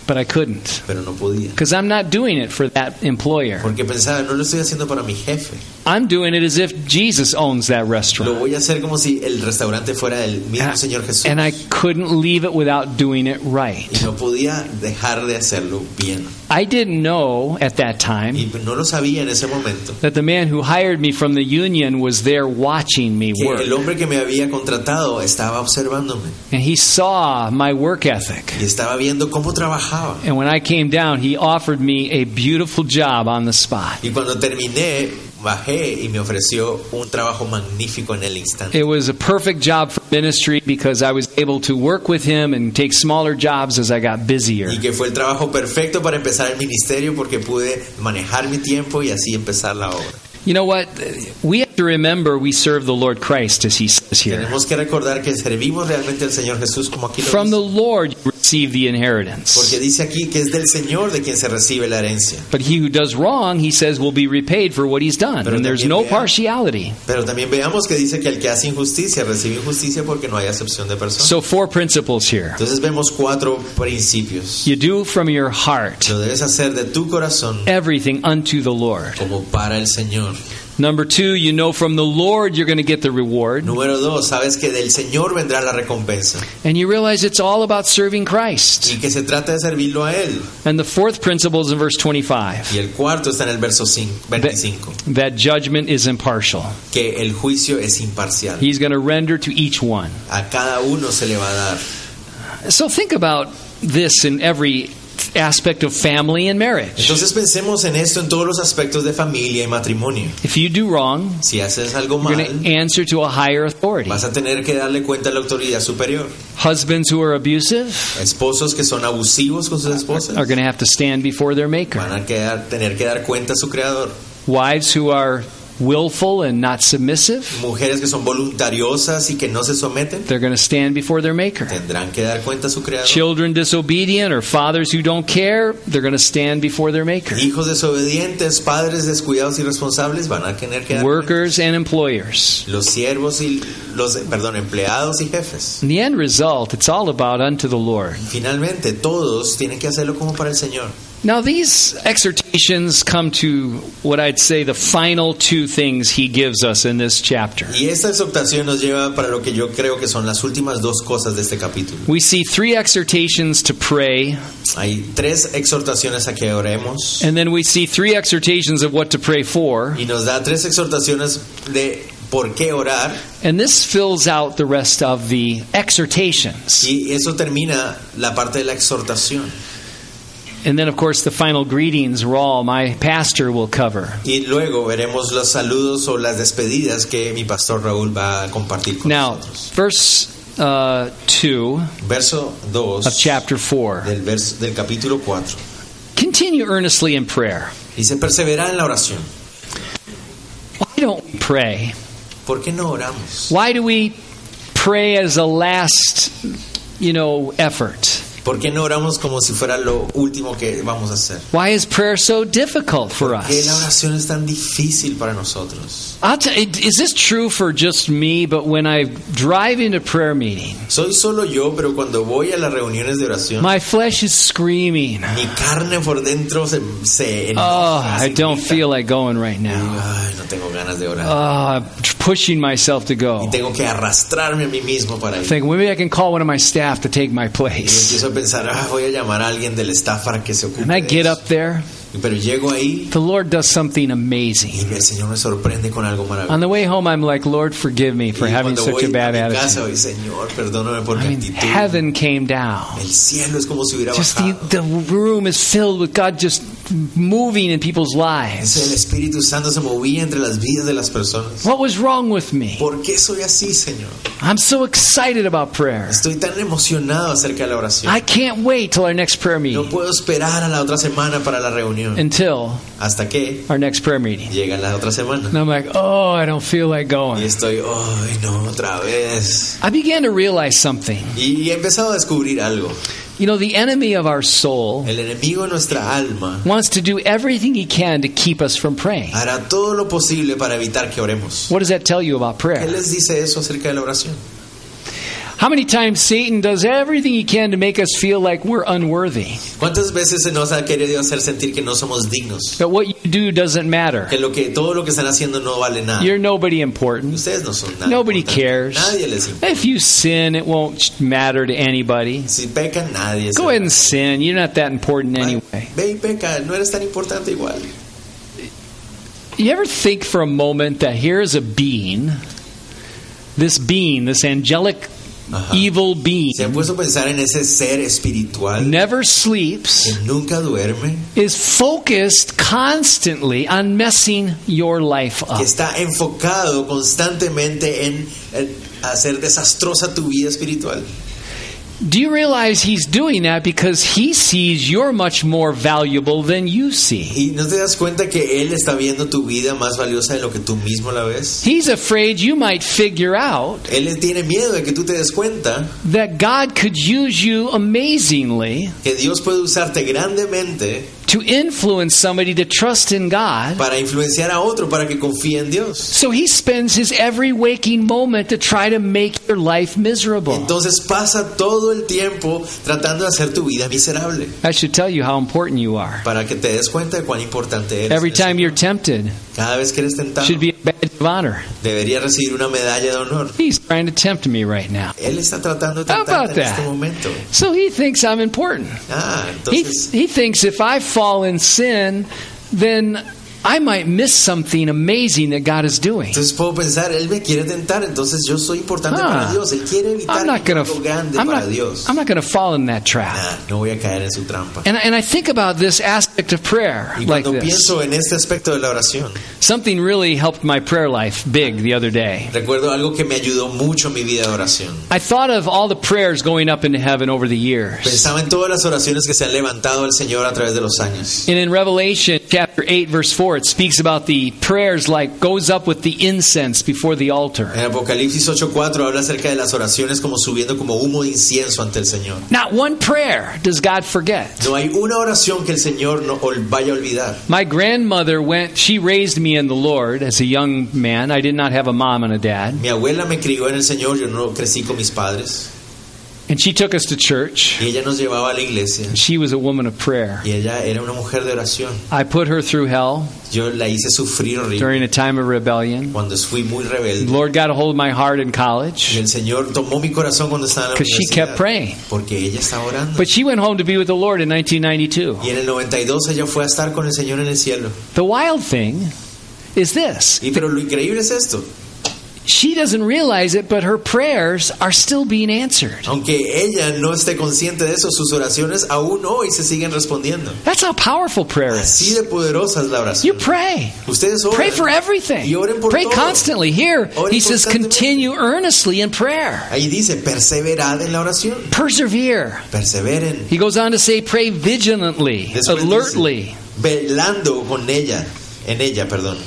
Speaker 1: but I couldn't
Speaker 2: pero no podía.
Speaker 1: because I'm not doing it for that employer.
Speaker 2: Porque pensaba, no lo estoy haciendo para mi jefe.
Speaker 1: I'm doing it as if Jesus owns that restaurant.
Speaker 2: Lo voy a hacer como si el restaurante fuera del mismo Señor Jesús.
Speaker 1: Ah, And I couldn't leave it without doing it right.
Speaker 2: y no podía dejar de hacerlo bien.
Speaker 1: I didn't know at that
Speaker 2: Y
Speaker 1: time
Speaker 2: no lo sabía en ese momento.
Speaker 1: that the man who hired me from the union was there watching me
Speaker 2: Que
Speaker 1: work.
Speaker 2: el hombre que me había contratado estaba observándome
Speaker 1: And he saw my work ethic.
Speaker 2: y estaba viendo cómo trabajaba.
Speaker 1: And when I came down, he offered me a beautiful job on the spot.
Speaker 2: Y cuando terminé, bajé y me ofreció un trabajo magnífico en el instante.
Speaker 1: It was a perfect job for ministry because I was able to work with him and take smaller jobs as I got busier.
Speaker 2: Y que fue el trabajo perfecto para empezar el ministerio porque pude manejar mi tiempo y así empezar la obra.
Speaker 1: You know what? We have to remember we serve the Lord Christ, as he says here.
Speaker 2: Tenemos que recordar que servimos realmente al Señor Jesús como aquí lo
Speaker 1: From the
Speaker 2: dice.
Speaker 1: Lord you receive the inheritance.
Speaker 2: Porque dice aquí que es del Señor de quien se recibe la herencia.
Speaker 1: But he who does wrong, he says, will be repaid for what he's done.
Speaker 2: Pero
Speaker 1: And there's
Speaker 2: también
Speaker 1: no
Speaker 2: vea-
Speaker 1: partiality.
Speaker 2: Pero también veamos que dice que el que hace injusticia recibe injusticia porque no hay acepción de personas.
Speaker 1: So, four principles here.
Speaker 2: Entonces vemos cuatro principios.
Speaker 1: You do from your heart
Speaker 2: Lo debes hacer de tu corazón
Speaker 1: everything unto the Lord.
Speaker 2: como para el Señor.
Speaker 1: Number two, you know from the Lord you're going to get the reward.
Speaker 2: Número dos, sabes que del Señor vendrá la recompensa
Speaker 1: And you realize it's all about serving Christ.
Speaker 2: y que se trata de servirlo a Él.
Speaker 1: And the fourth principle is in verse 25
Speaker 2: Y el cuarto está en el verso cin- 25,
Speaker 1: that judgment is impartial.
Speaker 2: que el juicio es imparcial.
Speaker 1: He's going to render to each one.
Speaker 2: A cada uno se le va a dar.
Speaker 1: So think about this in every aspect of family and marriage.
Speaker 2: Entonces pensemos en esto en todos los aspectos de familia y matrimonio.
Speaker 1: If you do wrong,
Speaker 2: Si haces algo
Speaker 1: you're going to
Speaker 2: mal,
Speaker 1: answer to a higher authority.
Speaker 2: vas a tener que darle cuenta a la autoridad superior.
Speaker 1: Husbands who are abusive
Speaker 2: Esposos que son abusivos con sus esposas
Speaker 1: are going to have to stand before their
Speaker 2: van
Speaker 1: maker.
Speaker 2: a quedar- tener que dar cuenta a su creador.
Speaker 1: Wives who are willful and not submissive,
Speaker 2: Mujeres que son voluntariosas y que no se someten
Speaker 1: they're going to stand before their maker.
Speaker 2: tendrán que dar cuenta a su creador.
Speaker 1: Children disobedient or fathers who don't care, they're going to stand before their maker.
Speaker 2: Hijos desobedientes, padres descuidados y responsables van a tener que dar cuenta.
Speaker 1: Workers and employers.
Speaker 2: los siervos y los perdón, empleados y jefes.
Speaker 1: In the end result, it's all about unto the Lord.
Speaker 2: Finalmente, todos tienen que hacerlo como para el Señor.
Speaker 1: Now, these exhortations come to what I'd say the final two things he gives us in this chapter.
Speaker 2: Y esta exhortación nos lleva para lo que yo creo que son las últimas dos cosas de este capítulo.
Speaker 1: We see three exhortations to pray,
Speaker 2: Hay tres exhortaciones a que oremos
Speaker 1: and then we see three exhortations of what to pray for,
Speaker 2: y nos da tres exhortaciones de por qué orar
Speaker 1: and this fills out the rest of the exhortations.
Speaker 2: y eso termina la parte de la exhortación.
Speaker 1: And then, of course, the final greetings were all my pastor will cover.
Speaker 2: Y luego veremos los saludos o las despedidas que mi pastor Raúl va a compartir con
Speaker 1: Now,
Speaker 2: nosotros.
Speaker 1: verse uh, 2
Speaker 2: Verso 2
Speaker 1: of chapter 4.
Speaker 2: del, vers- del capítulo 4.
Speaker 1: Continue earnestly in prayer.
Speaker 2: Dice, perseverar en la oración.
Speaker 1: Why don't we pray?
Speaker 2: ¿Por qué no oramos?
Speaker 1: Why do we pray as a last, you know, effort?
Speaker 2: ¿Por qué no oramos como si fuera lo último que vamos a hacer?
Speaker 1: Why is prayer so difficult for
Speaker 2: ¿Por qué la
Speaker 1: us?
Speaker 2: oración es tan difícil para nosotros?
Speaker 1: I'll t- is this true for just me? But when I drive into prayer meeting,
Speaker 2: Soy solo yo, pero cuando voy a las reuniones de oración,
Speaker 1: my flesh is screaming.
Speaker 2: mi carne por dentro se... se
Speaker 1: Oh,
Speaker 2: enoja, se
Speaker 1: I don't
Speaker 2: grita.
Speaker 1: feel like going right
Speaker 2: Y digo,
Speaker 1: now.
Speaker 2: Ay, no tengo ganas de
Speaker 1: Oh,
Speaker 2: orar.
Speaker 1: I'm t- pushing myself to
Speaker 2: Y
Speaker 1: go.
Speaker 2: tengo que arrastrarme a mí mismo para ir.
Speaker 1: Think maybe I can call one of my staff to take my
Speaker 2: Y yo
Speaker 1: place.
Speaker 2: empiezo a pensar, ah, voy a llamar a alguien del staff para que se ocupe.
Speaker 1: And I
Speaker 2: de
Speaker 1: get
Speaker 2: eso".
Speaker 1: up there.
Speaker 2: Pero llego ahí
Speaker 1: The Lord does something amazing.
Speaker 2: y el Señor me sorprende con algo
Speaker 1: On
Speaker 2: maravilloso.
Speaker 1: the way home, I'm like, Lord, forgive me
Speaker 2: Y
Speaker 1: for having
Speaker 2: cuando
Speaker 1: such
Speaker 2: voy
Speaker 1: a
Speaker 2: a
Speaker 1: bad
Speaker 2: mi
Speaker 1: attitude.
Speaker 2: casa, hoy, Señor, perdóname por mi
Speaker 1: I mean,
Speaker 2: actitud.
Speaker 1: heaven came down.
Speaker 2: El cielo es como si hubiera
Speaker 1: Just the,
Speaker 2: bajado.
Speaker 1: the room is filled with God just moving in people's
Speaker 2: Entonces, el
Speaker 1: lives.
Speaker 2: Espíritu Santo se movía entre las vidas de las personas.
Speaker 1: What was wrong with me?
Speaker 2: ¿Por qué soy así, Señor?
Speaker 1: I'm so excited about prayer.
Speaker 2: Estoy tan emocionado acerca de la oración.
Speaker 1: I can't wait till our next prayer
Speaker 2: No
Speaker 1: meeting.
Speaker 2: puedo esperar a la otra semana para la reunión.
Speaker 1: Until
Speaker 2: Hasta que
Speaker 1: our next prayer meeting.
Speaker 2: llega la otra
Speaker 1: And
Speaker 2: semana.
Speaker 1: I'm like, oh, I don't feel like
Speaker 2: Y
Speaker 1: going.
Speaker 2: estoy, ay, no, otra vez.
Speaker 1: I began to realize something.
Speaker 2: Y he empezado a descubrir algo.
Speaker 1: You know, the enemy of our soul
Speaker 2: El enemigo de nuestra alma
Speaker 1: wants to do everything he can to keep us from praying.
Speaker 2: hará todo lo posible para evitar que oremos.
Speaker 1: What does that tell you about
Speaker 2: ¿Qué
Speaker 1: prayer?
Speaker 2: les dice eso acerca de la oración?
Speaker 1: How many times Satan does everything he can to make us feel like we're unworthy?
Speaker 2: ¿Cuántas veces se nos ha querido hacer sentir que no somos dignos?
Speaker 1: That what you do doesn't matter.
Speaker 2: Que, lo que todo lo que están haciendo no vale nada.
Speaker 1: You're nobody important.
Speaker 2: Ustedes no son nada.
Speaker 1: Nobody
Speaker 2: importante.
Speaker 1: cares.
Speaker 2: Nadie les importa.
Speaker 1: If you sin, it won't matter to anybody.
Speaker 2: Si pecan, nadie. se-
Speaker 1: Go ahead and sin. You're not that important anyway.
Speaker 2: Ve y peca, no eres tan importante igual.
Speaker 1: You ever think for a moment that here is a being, this being, this angelic
Speaker 2: Ajá.
Speaker 1: evil being,
Speaker 2: Se han puesto a pensar en ese ser espiritual
Speaker 1: never
Speaker 2: que
Speaker 1: sleeps,
Speaker 2: nunca duerme,
Speaker 1: is focused constantly on messing your life
Speaker 2: que
Speaker 1: up.
Speaker 2: está enfocado constantemente en, en hacer desastrosa tu vida espiritual.
Speaker 1: Do you realize he's doing that because he sees you're much more valuable than you see?
Speaker 2: Y no te das cuenta que él está viendo tu vida más valiosa de lo que tú mismo la ves.
Speaker 1: He's afraid you might figure out
Speaker 2: Él tiene miedo de que tú te des cuenta
Speaker 1: that God could use you amazingly
Speaker 2: que Dios puede usarte grandemente
Speaker 1: to influence somebody to trust in God.
Speaker 2: para influenciar a otro para que confíe en Dios.
Speaker 1: So he spends his every waking moment to try to make your life miserable.
Speaker 2: Entonces pasa todo el tiempo tratando de hacer tu vida miserable
Speaker 1: That should tell you how important you are.
Speaker 2: para que te des cuenta de cuán importante eres.
Speaker 1: Every time you're tempted,
Speaker 2: Cada vez que eres tentado,
Speaker 1: should be a badge of honor.
Speaker 2: debería recibir una medalla de honor.
Speaker 1: He's trying to tempt me right now.
Speaker 2: Él está tratando de
Speaker 1: How about
Speaker 2: tentarte en este
Speaker 1: that?
Speaker 2: momento.
Speaker 1: So he thinks I'm important.
Speaker 2: Ah,
Speaker 1: He,
Speaker 2: entonces
Speaker 1: he thinks if I fall in sin, then I might miss something amazing that God is doing.
Speaker 2: Entonces puedo pensar, él me quiere tentar, entonces yo soy importante para
Speaker 1: Ah,
Speaker 2: Dios. Él quiere evitar
Speaker 1: I'm
Speaker 2: que
Speaker 1: not
Speaker 2: yo
Speaker 1: going
Speaker 2: algo
Speaker 1: to.
Speaker 2: grande
Speaker 1: I'm
Speaker 2: para
Speaker 1: not.
Speaker 2: Dios.
Speaker 1: I'm not going to fall in that trap.
Speaker 2: Ah, no voy a caer en su trampa.
Speaker 1: And I, and I think about this aspect of prayer
Speaker 2: Y
Speaker 1: like
Speaker 2: cuando
Speaker 1: this.
Speaker 2: pienso en este aspecto de la oración,
Speaker 1: Something really helped my prayer life big the other day.
Speaker 2: recuerdo algo que me ayudó mucho en mi vida de oración.
Speaker 1: I thought of all the prayers going up into heaven over the years.
Speaker 2: Pensaba en todas las oraciones que se han levantado al Señor a través de los años.
Speaker 1: And in Revelation chapter 8 verse 4 it speaks about the prayers like goes up with the incense before the altar.
Speaker 2: En Apocalipsis 8:4 habla acerca de las oraciones como subiendo como humo de incienso ante el Señor.
Speaker 1: Not one prayer does God forget.
Speaker 2: No hay una oración que el Señor no ol- vaya a olvidar.
Speaker 1: My grandmother went, she raised me in the Lord as a young man. I did not have a mom and a dad.
Speaker 2: Mi abuela me crió en el Señor, yo no crecí con mis padres.
Speaker 1: And she took us to church.
Speaker 2: Y ella nos llevaba a la iglesia.
Speaker 1: She was a woman of prayer.
Speaker 2: Y ella era una mujer de oración.
Speaker 1: I put her through hell
Speaker 2: Yo la hice sufrir horrible
Speaker 1: during a time of rebellion.
Speaker 2: cuando fui muy
Speaker 1: The
Speaker 2: rebelde.
Speaker 1: Lord got a hold of my heart in
Speaker 2: Y
Speaker 1: college
Speaker 2: el Señor tomó mi corazón cuando estaba en la
Speaker 1: because she kept
Speaker 2: universidad.
Speaker 1: praying.
Speaker 2: Porque ella estaba orando.
Speaker 1: But she went home to be with the Lord in 1992.
Speaker 2: Y en el 92 ella fue a estar con el Señor en el cielo.
Speaker 1: The wild thing is this
Speaker 2: Y pero lo increíble es esto.
Speaker 1: she doesn't realize it, but her prayers are still being answered.
Speaker 2: Aunque ella no esté consciente de eso, sus oraciones aún hoy se siguen respondiendo.
Speaker 1: That's how powerful prayer
Speaker 2: Así
Speaker 1: is.
Speaker 2: de poderosa es la
Speaker 1: You
Speaker 2: oración.
Speaker 1: pray.
Speaker 2: Ustedes oran.
Speaker 1: Pray for everything.
Speaker 2: Y oren por
Speaker 1: Pray
Speaker 2: todo.
Speaker 1: constantly. Here,
Speaker 2: Oren
Speaker 1: he says,
Speaker 2: constantemente.
Speaker 1: continue earnestly in prayer.
Speaker 2: Ahí dice, perseverad en la oración.
Speaker 1: Persevere.
Speaker 2: Perseveren.
Speaker 1: He goes on to say, pray vigilantly,
Speaker 2: Después
Speaker 1: alertly.
Speaker 2: dice, velando con ella, en ella, perdón.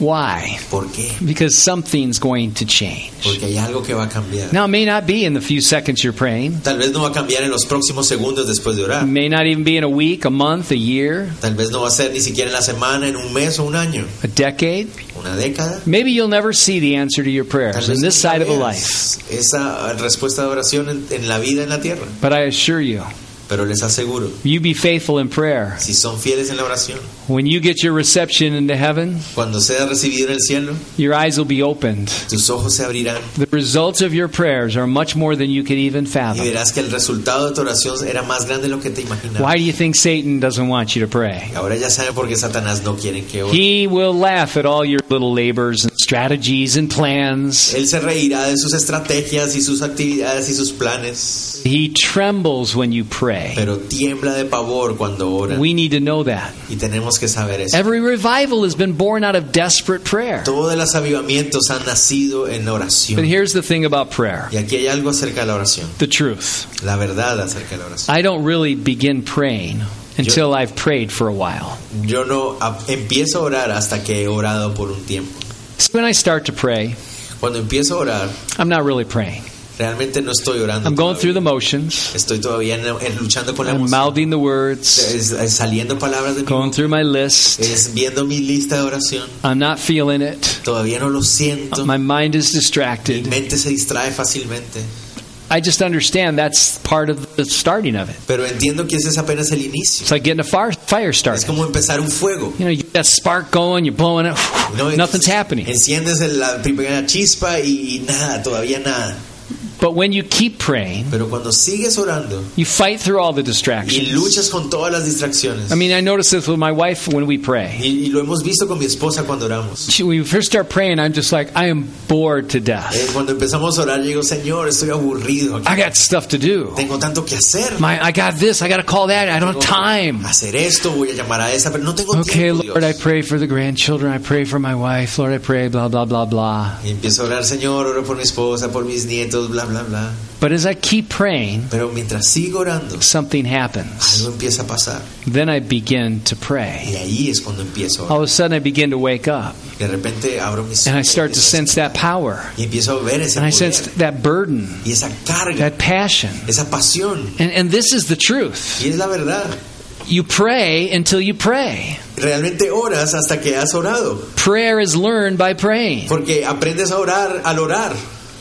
Speaker 1: Why?
Speaker 2: ¿Por qué?
Speaker 1: Because something's going to change.
Speaker 2: Porque hay algo que va a cambiar.
Speaker 1: Now, it may not be in the few seconds you're praying.
Speaker 2: Tal vez no va a cambiar en los próximos segundos después de
Speaker 1: It
Speaker 2: orar.
Speaker 1: may not even be in a week, a month, a year,
Speaker 2: Tal vez no va a ser ni siquiera en la semana, en un mes o un año,
Speaker 1: a decade.
Speaker 2: una década.
Speaker 1: Maybe you'll never see the answer to your
Speaker 2: Tal
Speaker 1: prayers
Speaker 2: vez
Speaker 1: on this
Speaker 2: nunca
Speaker 1: side of a life.
Speaker 2: veas Esa respuesta de oración en, en la vida, en la tierra.
Speaker 1: But I assure you,
Speaker 2: Pero les aseguro,
Speaker 1: you be faithful in prayer.
Speaker 2: si son fieles en la oración,
Speaker 1: When you get your reception into heaven,
Speaker 2: cuando sea recibido en el cielo,
Speaker 1: your eyes will be opened.
Speaker 2: tus ojos se abrirán
Speaker 1: The results of your prayers are much more than you could even
Speaker 2: y
Speaker 1: fathom.
Speaker 2: verás que el resultado de tu oración era más grande de lo que te imaginabas.
Speaker 1: Why do you think Satan doesn't want you to pray?
Speaker 2: Ahora ya saben por qué Satanás no quiere que ores.
Speaker 1: He will laugh at all your little labors and strategies and plans.
Speaker 2: Él se reirá de sus estrategias y sus actividades y sus planes,
Speaker 1: He trembles when you pray.
Speaker 2: pero tiembla de pavor cuando ora.
Speaker 1: We need to know that.
Speaker 2: Y tenemos que saber eso.
Speaker 1: Every revival has been born out of desperate prayer.
Speaker 2: Todos los avivamientos han nacido en
Speaker 1: But
Speaker 2: oración.
Speaker 1: here's the thing about prayer
Speaker 2: Y aquí hay algo acerca de la oración,
Speaker 1: the truth.
Speaker 2: la verdad acerca de la oración.
Speaker 1: I don't really begin praying until I've prayed for a while.
Speaker 2: Yo no a- empiezo a orar hasta que he orado por un tiempo.
Speaker 1: So when I start to pray,
Speaker 2: Cuando empiezo a orar,
Speaker 1: I'm not really praying.
Speaker 2: realmente no estoy orando.
Speaker 1: I'm going
Speaker 2: todavía.
Speaker 1: through the motions,
Speaker 2: Estoy todavía en- en- luchando con la
Speaker 1: I'm
Speaker 2: emoción.
Speaker 1: mouthing the words,
Speaker 2: Es- es saliendo palabras de mi
Speaker 1: going through my list.
Speaker 2: es viendo mi lista de oración.
Speaker 1: I'm not feeling it.
Speaker 2: Todavía no lo siento.
Speaker 1: My mind is
Speaker 2: Mi
Speaker 1: distracted.
Speaker 2: mente se distrae fácilmente.
Speaker 1: I just understand that's part of the starting of it.
Speaker 2: Pero entiendo que ese es apenas el inicio.
Speaker 1: It's like getting a fire, fire
Speaker 2: Es
Speaker 1: started.
Speaker 2: como empezar un fuego.
Speaker 1: You know, you get that spark going, you're blowing it,
Speaker 2: ¿no?
Speaker 1: nothing's
Speaker 2: Entonces,
Speaker 1: happening.
Speaker 2: Enciendes la primera chispa y nada, todavía nada.
Speaker 1: But when you keep praying,
Speaker 2: Pero cuando sigues orando
Speaker 1: you fight through all the
Speaker 2: y
Speaker 1: distractions.
Speaker 2: luchas con todas las distracciones,
Speaker 1: I mean, I notice this with my wife when we pray.
Speaker 2: y, y lo hemos visto con mi esposa cuando oramos.
Speaker 1: She, when we first start praying, I'm just like, I am bored to
Speaker 2: Eh,
Speaker 1: death.
Speaker 2: cuando empezamos a orar, yo digo, Señor, estoy aburrido.
Speaker 1: I got stuff to do.
Speaker 2: Tengo tanto que hacer.
Speaker 1: My, I got this, I got to call that, I don't have
Speaker 2: Tengo que
Speaker 1: time.
Speaker 2: Hacer esto, voy a llamar a esa, pero no tengo
Speaker 1: Okay,
Speaker 2: tiempo.
Speaker 1: Lord, I
Speaker 2: Dios.
Speaker 1: pray for the grandchildren, I pray for my wife, Lord, I pray, blah, blah, blah, blah.
Speaker 2: Y empiezo a orar, Señor, oro por mi esposa, por mis nietos, bla, bla, bla.
Speaker 1: But as I keep praying,
Speaker 2: Pero mientras sigo orando,
Speaker 1: something happens.
Speaker 2: algo empieza a pasar.
Speaker 1: Then I begin to
Speaker 2: Y
Speaker 1: pray.
Speaker 2: ahí es cuando empiezo a orar.
Speaker 1: All of a sudden, I begin to wake up
Speaker 2: De repente abro mis
Speaker 1: and I start to sense that power.
Speaker 2: y empiezo a ver ese
Speaker 1: And I
Speaker 2: poder
Speaker 1: sensed that burden,
Speaker 2: y esa carga,
Speaker 1: that passion.
Speaker 2: esa pasión.
Speaker 1: And, and this is the truth.
Speaker 2: Y es la verdad.
Speaker 1: You pray until you pray.
Speaker 2: Realmente oras hasta que has orado.
Speaker 1: Prayer is learned by praying.
Speaker 2: Porque aprendes a orar al orar.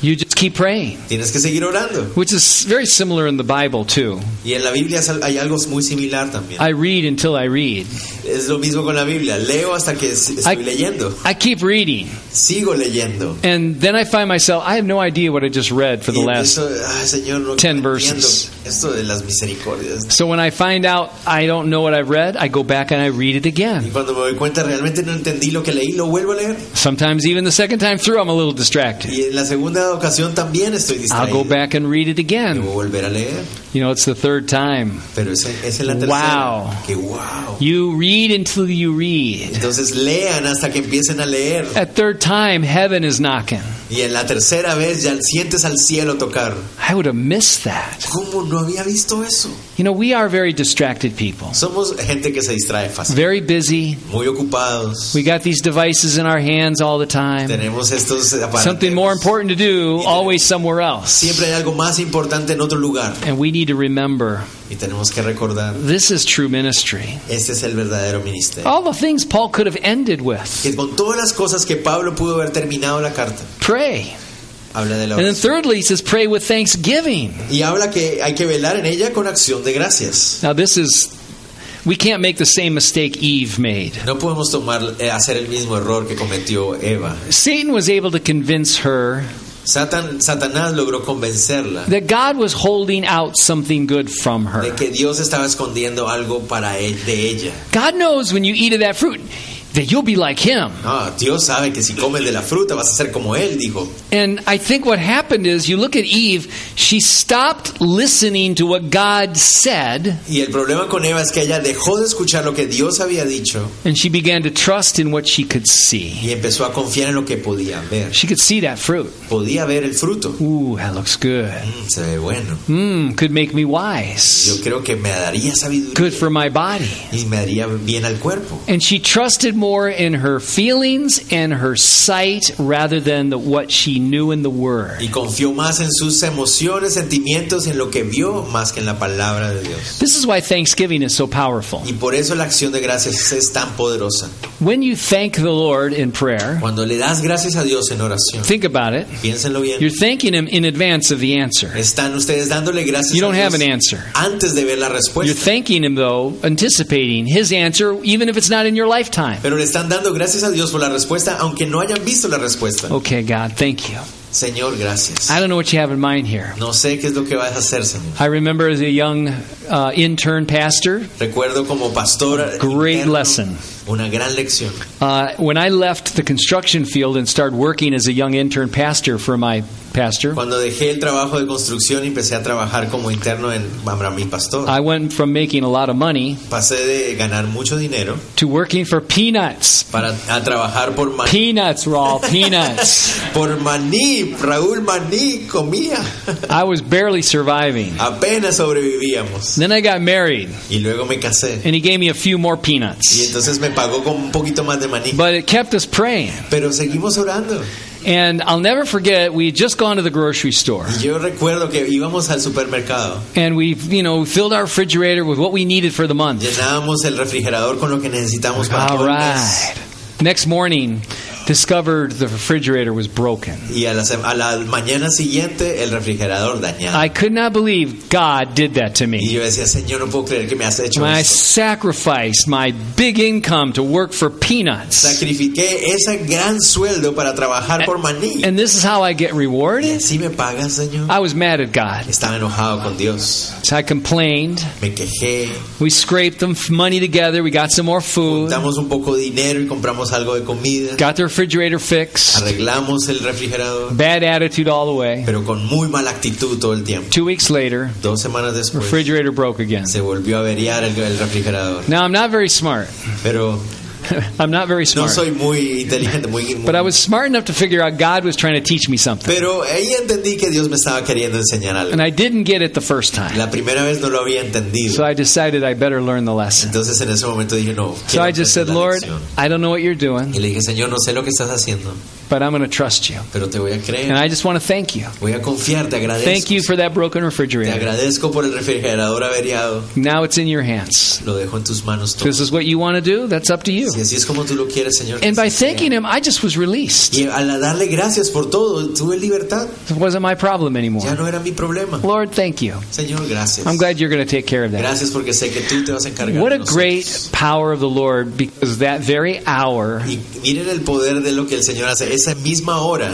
Speaker 1: You just keep praying,
Speaker 2: Tienes que seguir orando.
Speaker 1: which is very similar in the Bible, too.
Speaker 2: Y en la Biblia es al- hay algo muy similar también.
Speaker 1: I read until I read.
Speaker 2: Es lo mismo con la Biblia. Leo hasta que s- estoy
Speaker 1: I-
Speaker 2: leyendo.
Speaker 1: I keep reading,
Speaker 2: Sigo leyendo.
Speaker 1: and then I find myself, I have no idea what I just read for the
Speaker 2: Y
Speaker 1: last.
Speaker 2: empiezo, "Ay, Señor, no
Speaker 1: 10
Speaker 2: entiendo
Speaker 1: verses.
Speaker 2: esto de las misericordias.
Speaker 1: So when I find out I don't know what I've read, I go back and I read it
Speaker 2: Y
Speaker 1: again.
Speaker 2: cuando me doy cuenta realmente no entendí lo que leí, lo vuelvo a leer.
Speaker 1: Sometimes, even the second time through, I'm a little distracted.
Speaker 2: Y en la segunda ocasión también estoy
Speaker 1: I'll
Speaker 2: distraído.
Speaker 1: go back and read it
Speaker 2: Debo
Speaker 1: again.
Speaker 2: volver a leer.
Speaker 1: You know, it's the third time.
Speaker 2: Pero esa esa es la tercera.
Speaker 1: Wow.
Speaker 2: Que wow.
Speaker 1: You read until you read.
Speaker 2: Entonces lean hasta que empiecen a leer.
Speaker 1: At third time, heaven is knocking.
Speaker 2: Y en la tercera vez ya sientes al cielo tocar.
Speaker 1: I would have missed that.
Speaker 2: ¿Cómo no había visto eso?
Speaker 1: You know, we are very distracted people,
Speaker 2: Somos gente que se distrae fácil.
Speaker 1: very busy.
Speaker 2: Muy ocupados.
Speaker 1: We got these devices in our hands all the time.
Speaker 2: Tenemos estos aparatos.
Speaker 1: Something more important to do, always somewhere else.
Speaker 2: Siempre hay algo más importante en otro lugar.
Speaker 1: And we need to remember
Speaker 2: Y tenemos que recordar,
Speaker 1: this is true ministry.
Speaker 2: este es el verdadero ministerio.
Speaker 1: All the things Paul could have ended with
Speaker 2: Que con todas las cosas que Pablo pudo haber terminado la carta,
Speaker 1: pray.
Speaker 2: habla de la
Speaker 1: And then,
Speaker 2: oración.
Speaker 1: thirdly, he says, pray with thanksgiving.
Speaker 2: Y habla que hay que velar en ella con acción de gracias.
Speaker 1: Now, this is, we can't make the same mistake Eve made.
Speaker 2: No podemos tomar, eh, hacer el mismo error que cometió Eva.
Speaker 1: Satan was able to convince her
Speaker 2: Satan, Satanás logró convencerla
Speaker 1: that God was holding out something good from
Speaker 2: de
Speaker 1: her.
Speaker 2: que Dios estaba escondiendo algo para él, de ella.
Speaker 1: God knows when you eat of that fruit that you'll be like him.
Speaker 2: Ah, Dios sabe que si comes de la fruta vas a ser como él, dijo.
Speaker 1: And I think what happened is you look at Eve, she stopped listening to what God said
Speaker 2: Y el problema con Eva es que ella dejó de escuchar lo que Dios había dicho
Speaker 1: and she began to trust in what she could see.
Speaker 2: y empezó a confiar en lo que podía ver.
Speaker 1: She could see that fruit.
Speaker 2: Podía ver el fruto.
Speaker 1: Ooh, that looks good.
Speaker 2: Mm, se ve bueno.
Speaker 1: Mmm, could make me
Speaker 2: Yo
Speaker 1: wise.
Speaker 2: creo que me daría sabiduría
Speaker 1: Good for my body.
Speaker 2: y me daría bien al cuerpo.
Speaker 1: And she trusted more in her feelings and her sight rather than the, what she knew in the Word.
Speaker 2: Y confió más en sus emociones, sentimientos, en lo que vio, más que en la palabra de Dios.
Speaker 1: This is why Thanksgiving is so powerful.
Speaker 2: Y por eso la acción de gracias es tan poderosa.
Speaker 1: When you thank the Lord in prayer,
Speaker 2: Cuando le das gracias a Dios en oración,
Speaker 1: think about it.
Speaker 2: piénsenlo
Speaker 1: You're
Speaker 2: bien.
Speaker 1: thanking Him in advance of the answer.
Speaker 2: Están ustedes dándole gracias
Speaker 1: You don't
Speaker 2: a
Speaker 1: have an
Speaker 2: Dios
Speaker 1: answer.
Speaker 2: antes de ver la
Speaker 1: You're
Speaker 2: respuesta.
Speaker 1: thanking Him, though, anticipating His answer, even if it's not in your lifetime.
Speaker 2: Pero le están dando gracias a Dios por la respuesta, aunque no hayan visto la respuesta.
Speaker 1: Okay, God, thank you.
Speaker 2: Señor, gracias.
Speaker 1: I don't know what you have in mind here.
Speaker 2: No sé qué es lo que vas a hacer, Señor.
Speaker 1: I remember as a young uh, intern pastor,
Speaker 2: Recuerdo como pastor
Speaker 1: Great
Speaker 2: interno,
Speaker 1: lesson.
Speaker 2: una gran lección.
Speaker 1: uh, when I left the construction field and started working as a young intern pastor for my pastor,
Speaker 2: Cuando dejé el trabajo de construcción y empecé a trabajar como interno en para mi pastor,
Speaker 1: I went from making a lot of money
Speaker 2: pasé de ganar mucho dinero
Speaker 1: to working for peanuts.
Speaker 2: para a trabajar por más
Speaker 1: Peanuts, raw peanuts.
Speaker 2: Por maní, Raúl Maní comía.
Speaker 1: I was barely surviving.
Speaker 2: Apenas sobrevivíamos.
Speaker 1: Then I got married,
Speaker 2: Y luego me casé.
Speaker 1: and he gave me a few more
Speaker 2: Y
Speaker 1: peanuts.
Speaker 2: entonces me pagó con un poquito más de maní.
Speaker 1: But it kept us praying.
Speaker 2: Pero seguimos orando.
Speaker 1: And I'll never forget, we had just gone to the grocery store.
Speaker 2: Y yo recuerdo que íbamos al supermercado.
Speaker 1: And we, you know, filled our refrigerator with what we needed for the month.
Speaker 2: Llenábamos el refrigerador con lo que necesitamos para
Speaker 1: All
Speaker 2: todo el mes.
Speaker 1: right. Next morning, discovered the refrigerator was broken.
Speaker 2: Y a la, sema- a la mañana siguiente el refrigerador dañado.
Speaker 1: I could not believe God did that to
Speaker 2: y
Speaker 1: me.
Speaker 2: yo decía, Señor, no puedo creer que me has hecho
Speaker 1: When I
Speaker 2: esto.
Speaker 1: sacrificed my big income to work for peanuts.
Speaker 2: Sacrifiqué ese gran sueldo para trabajar por maní.
Speaker 1: And this is how I get
Speaker 2: Y
Speaker 1: rewarded?
Speaker 2: así me pagas, Señor.
Speaker 1: I was mad at God.
Speaker 2: Estaba enojado con Dios.
Speaker 1: So I complained.
Speaker 2: Me quejé.
Speaker 1: We scraped the f- money together. We got some more food.
Speaker 2: Juntamos un poco de dinero y compramos algo de comida.
Speaker 1: Got the refrigerator fixed.
Speaker 2: Arreglamos el refrigerador,
Speaker 1: Bad attitude all the way.
Speaker 2: pero con muy mala actitud todo el tiempo.
Speaker 1: Two weeks later,
Speaker 2: Dos semanas después
Speaker 1: refrigerator broke again.
Speaker 2: se volvió a averiar el, el refrigerador.
Speaker 1: Now, I'm not very smart.
Speaker 2: Pero
Speaker 1: I'm not very
Speaker 2: no
Speaker 1: smart.
Speaker 2: soy muy inteligente, muy, muy-
Speaker 1: But I was smart enough to figure out God was trying to teach me something.
Speaker 2: Pero ahí entendí que Dios me estaba queriendo enseñar algo.
Speaker 1: And I didn't get it the first time.
Speaker 2: La primera vez no lo había
Speaker 1: So
Speaker 2: entendido.
Speaker 1: I decided I better learn the lesson.
Speaker 2: Entonces en ese momento dije, no.
Speaker 1: So
Speaker 2: quiero
Speaker 1: I just said,
Speaker 2: aprender la
Speaker 1: Lord,
Speaker 2: lección".
Speaker 1: I don't know what you're doing,
Speaker 2: Y le dije, Señor, no sé lo que estás haciendo,
Speaker 1: but I'm going to trust you.
Speaker 2: pero te voy a
Speaker 1: And
Speaker 2: creer.
Speaker 1: I just want to thank you.
Speaker 2: Voy a confiar, te
Speaker 1: Thank
Speaker 2: agradezco.
Speaker 1: you for that broken
Speaker 2: Te
Speaker 1: refrigerator.
Speaker 2: agradezco por el refrigerador averiado.
Speaker 1: Now it's in your hands.
Speaker 2: Lo dejo en tus manos
Speaker 1: If
Speaker 2: todo.
Speaker 1: this is what you want to do, that's up to you.
Speaker 2: Si así es como tú lo quieres, Señor. que
Speaker 1: And by
Speaker 2: así sea.
Speaker 1: thanking him, I just was released.
Speaker 2: Y al darle gracias por todo, tuve libertad.
Speaker 1: It wasn't my problem
Speaker 2: Ya
Speaker 1: anymore.
Speaker 2: no era mi problema.
Speaker 1: Lord, thank you.
Speaker 2: Señor, gracias.
Speaker 1: I'm glad you're going to take care of that.
Speaker 2: Gracias porque sé que tú te vas a encargar.
Speaker 1: What
Speaker 2: de
Speaker 1: a great
Speaker 2: nosotros.
Speaker 1: power of the Lord because that very hour,
Speaker 2: Y miren el poder de lo que el Señor hace. Esa misma hora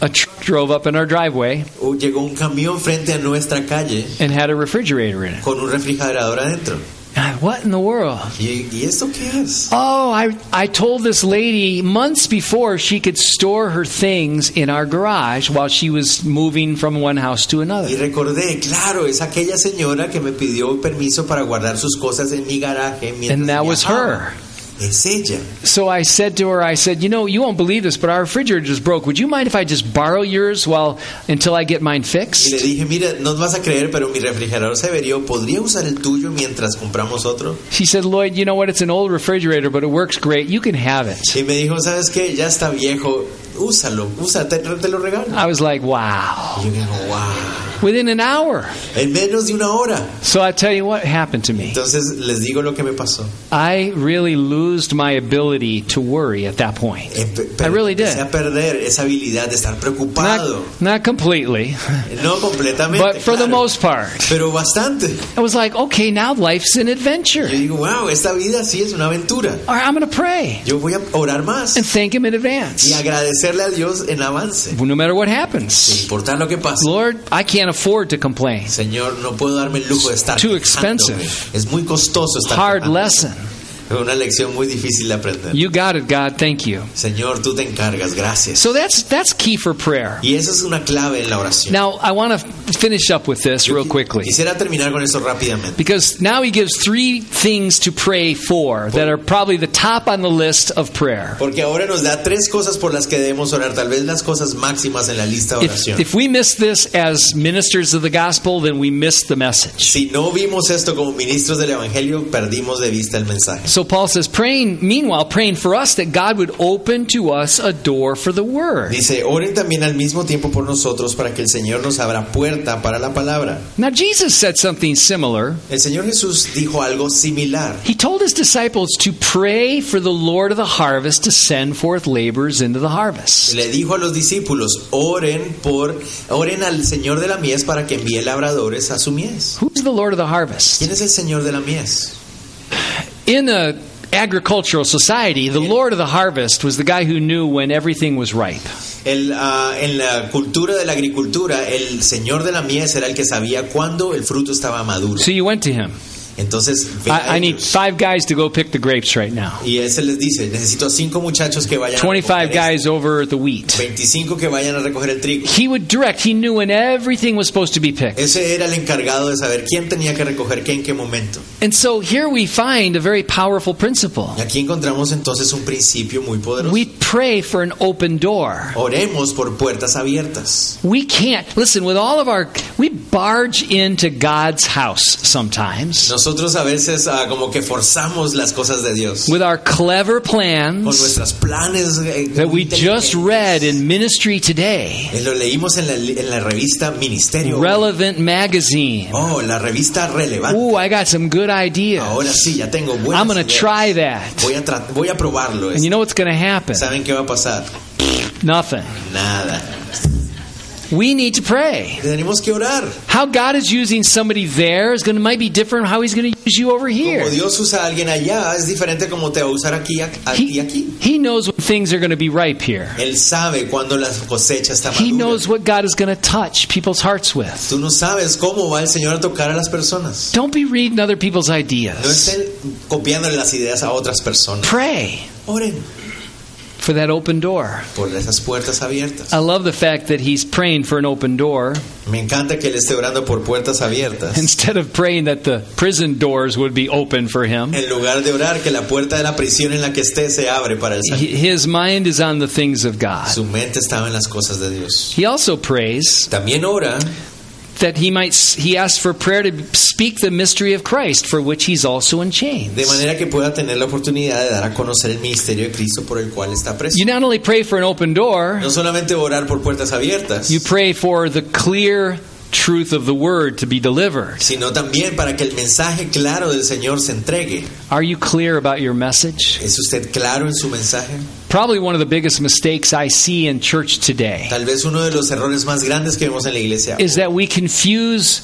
Speaker 1: a truck drove up in our driveway
Speaker 2: oh, llegó un camión frente a nuestra calle
Speaker 1: and had a refrigerator in it.
Speaker 2: con un refrigerador adentro.
Speaker 1: And I, What in the world?
Speaker 2: ¿Y, y esto qué es?
Speaker 1: Oh, I, I told this lady months before she could store her things in our garage while she was moving from one house to
Speaker 2: Y
Speaker 1: another.
Speaker 2: recordé, claro, es aquella señora que me pidió permiso para guardar sus cosas en mi garaje mientras
Speaker 1: And that was
Speaker 2: viajaba.
Speaker 1: her.
Speaker 2: Es ella.
Speaker 1: So I said to her, I said, you know, you won't believe this, but our refrigerator just broke. Would you mind if I just borrow yours while until I get mine
Speaker 2: Y le
Speaker 1: fixed?
Speaker 2: dije, mira, no vas a creer, pero mi refrigerador se averió. ¿Podría usar el tuyo mientras compramos otro?
Speaker 1: She said, Lloyd, you know what? It's an old refrigerator, but it works great. You can have it.
Speaker 2: Y me dijo, ¿sabes qué? Ya está viejo. Úsalo, úsate, te lo regalo.
Speaker 1: I was like, wow.
Speaker 2: Y yo digo, wow.
Speaker 1: Within an hour.
Speaker 2: En menos de una hora.
Speaker 1: So I tell you what happened to me.
Speaker 2: Entonces les digo lo que me pasó.
Speaker 1: I really lost my ability to worry at that point.
Speaker 2: Empe-
Speaker 1: I really did.
Speaker 2: Eh, empecé a perder esa habilidad de estar preocupado.
Speaker 1: Not, not completely,
Speaker 2: No completamente.
Speaker 1: but for the
Speaker 2: claro,
Speaker 1: most part.
Speaker 2: pero bastante.
Speaker 1: I was like, okay, now life's an adventure.
Speaker 2: Yo digo, wow, esta vida sí es una aventura.
Speaker 1: All right, I'm going to pray
Speaker 2: Yo voy a orar más
Speaker 1: and thank Him in
Speaker 2: y
Speaker 1: advance,
Speaker 2: agradecerle a Dios en avance.
Speaker 1: no matter what
Speaker 2: Sin
Speaker 1: happens.
Speaker 2: importar lo que pase.
Speaker 1: Lord, I can't afford to complain.
Speaker 2: Señor, no puedo darme el lujo de estar.
Speaker 1: Too
Speaker 2: quejándome.
Speaker 1: expensive.
Speaker 2: Es muy costoso estar.
Speaker 1: Hard
Speaker 2: quejándome.
Speaker 1: lesson.
Speaker 2: Es una lección muy difícil de aprender.
Speaker 1: You got it, God. Thank you.
Speaker 2: Señor, tú te encargas, gracias.
Speaker 1: So that's that's key for prayer.
Speaker 2: Y eso es una clave en la oración.
Speaker 1: Now I want to finish up with this real quickly
Speaker 2: Quisiera terminar con eso rápidamente.
Speaker 1: because now he gives three things to pray for that are probably the top on the list of prayer.
Speaker 2: Porque ahora nos da tres cosas por las que debemos orar, tal vez las cosas máximas en la lista de
Speaker 1: If,
Speaker 2: oración.
Speaker 1: if we miss this as ministers of the gospel, then we miss the message.
Speaker 2: si no vimos esto como ministros del Evangelio, perdimos de vista el mensaje.
Speaker 1: So Paul says, praying, meanwhile, praying for us that God would open to us a door for the word.
Speaker 2: Dice, oren también al mismo tiempo por nosotros para que el Señor nos abra puerta para la palabra.
Speaker 1: Now Jesus said something similar.
Speaker 2: El Señor Jesús dijo algo similar.
Speaker 1: He told his disciples to pray for the Lord of the harvest to send forth laborers into the harvest.
Speaker 2: Le dijo a los discípulos, oren por, oren al Señor de la mies para que envíe labradores a su mies.
Speaker 1: Who's the Lord of the harvest?
Speaker 2: ¿Quién es el Señor de la mies?
Speaker 1: In a agricultural society, the Lord of the harvest was the guy who knew when everything was ripe.
Speaker 2: El, ah, en la cultura de la agricultura, el Señor de la mies era el que sabía cuándo el fruto estaba maduro.
Speaker 1: So you went to him.
Speaker 2: Entonces, ve a
Speaker 1: I, I need
Speaker 2: ellos.
Speaker 1: five guys to go pick the grapes right now.
Speaker 2: y ese les dice, necesito a cinco muchachos que vayan a
Speaker 1: 25
Speaker 2: recoger esto,
Speaker 1: guys over at the wheat.
Speaker 2: 25 que vayan a recoger el trigo.
Speaker 1: He would direct. He knew when everything was supposed to be picked.
Speaker 2: Ese era el encargado de saber quién tenía que recoger qué en qué momento.
Speaker 1: And so here we find a very powerful principle.
Speaker 2: Y aquí encontramos entonces un principio muy poderoso.
Speaker 1: We pray for an open door.
Speaker 2: Oremos por puertas abiertas.
Speaker 1: We can't. Listen, with all of our we barge into God's house sometimes.
Speaker 2: Nosotros a veces ah, como que forzamos las cosas de Dios.
Speaker 1: with our clever
Speaker 2: Con
Speaker 1: plans
Speaker 2: nuestros planes. eh,
Speaker 1: that
Speaker 2: muy
Speaker 1: we just
Speaker 2: inteligentes.
Speaker 1: read in Ministry Today,
Speaker 2: Eh, Lo leímos en la, li- en la revista Ministerio.
Speaker 1: Relevant Magazine.
Speaker 2: Oh, la revista relevante.
Speaker 1: Ooh, I got some good ideas.
Speaker 2: Ahora sí, ya tengo buenas
Speaker 1: I'm going to
Speaker 2: ideas.
Speaker 1: try that.
Speaker 2: Voy a, tra- voy a probarlo.
Speaker 1: And you know what's going to happen?
Speaker 2: ¿Saben qué va a pasar?
Speaker 1: Nothing.
Speaker 2: Nada.
Speaker 1: We need to pray.
Speaker 2: Tenemos que orar.
Speaker 1: How God is using somebody there is going to might be different how He's going to use you over here.
Speaker 2: Como Dios usa a alguien allá, es diferente como te va a usar aquí, ac- aquí,
Speaker 1: He,
Speaker 2: aquí.
Speaker 1: he knows when things are going to be ripe here.
Speaker 2: Él sabe cuándo la cosecha está
Speaker 1: He
Speaker 2: madura.
Speaker 1: knows what God is going to touch people's hearts with.
Speaker 2: Tú no sabes cómo va el Señor a tocar a las personas.
Speaker 1: Don't be reading other people's
Speaker 2: No
Speaker 1: ideas.
Speaker 2: estén copiándole las ideas a otras personas.
Speaker 1: Pray
Speaker 2: Oren
Speaker 1: for that open door.
Speaker 2: por esas puertas abiertas.
Speaker 1: I love the fact that he's praying for an open door
Speaker 2: Me encanta que él esté orando por puertas abiertas.
Speaker 1: instead of praying that the prison doors would be open for him.
Speaker 2: En lugar de orar que la puerta de la prisión en la que esté se abre para el Señor.
Speaker 1: He- His mind is on the things of God.
Speaker 2: Su mente estaba en las cosas de Dios.
Speaker 1: He also prays
Speaker 2: También ora
Speaker 1: that he might he asks for prayer to speak the mystery of Christ for which he's also in chains.
Speaker 2: de manera que pueda tener la oportunidad de dar a conocer el ministerio de Cristo por el cual está preso.
Speaker 1: You not only pray for an open door,
Speaker 2: No solamente orar por puertas abiertas,
Speaker 1: you pray for the clear truth of the word to be delivered.
Speaker 2: sino también para que el mensaje claro del Señor se entregue.
Speaker 1: Are you clear about your message?
Speaker 2: ¿Es usted claro en su mensaje?
Speaker 1: Probably one of the biggest mistakes I see in church today
Speaker 2: Tal vez uno de los errores más grandes que vemos en la iglesia
Speaker 1: is that we confuse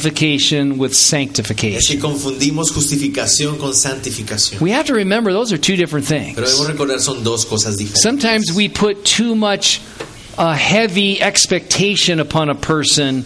Speaker 1: justification with
Speaker 2: es
Speaker 1: sanctification.
Speaker 2: que confundimos justificación con santificación.
Speaker 1: We have to remember those are two different things.
Speaker 2: Pero debemos recordar son dos cosas diferentes.
Speaker 1: Sometimes we put too much uh, heavy expectation upon a person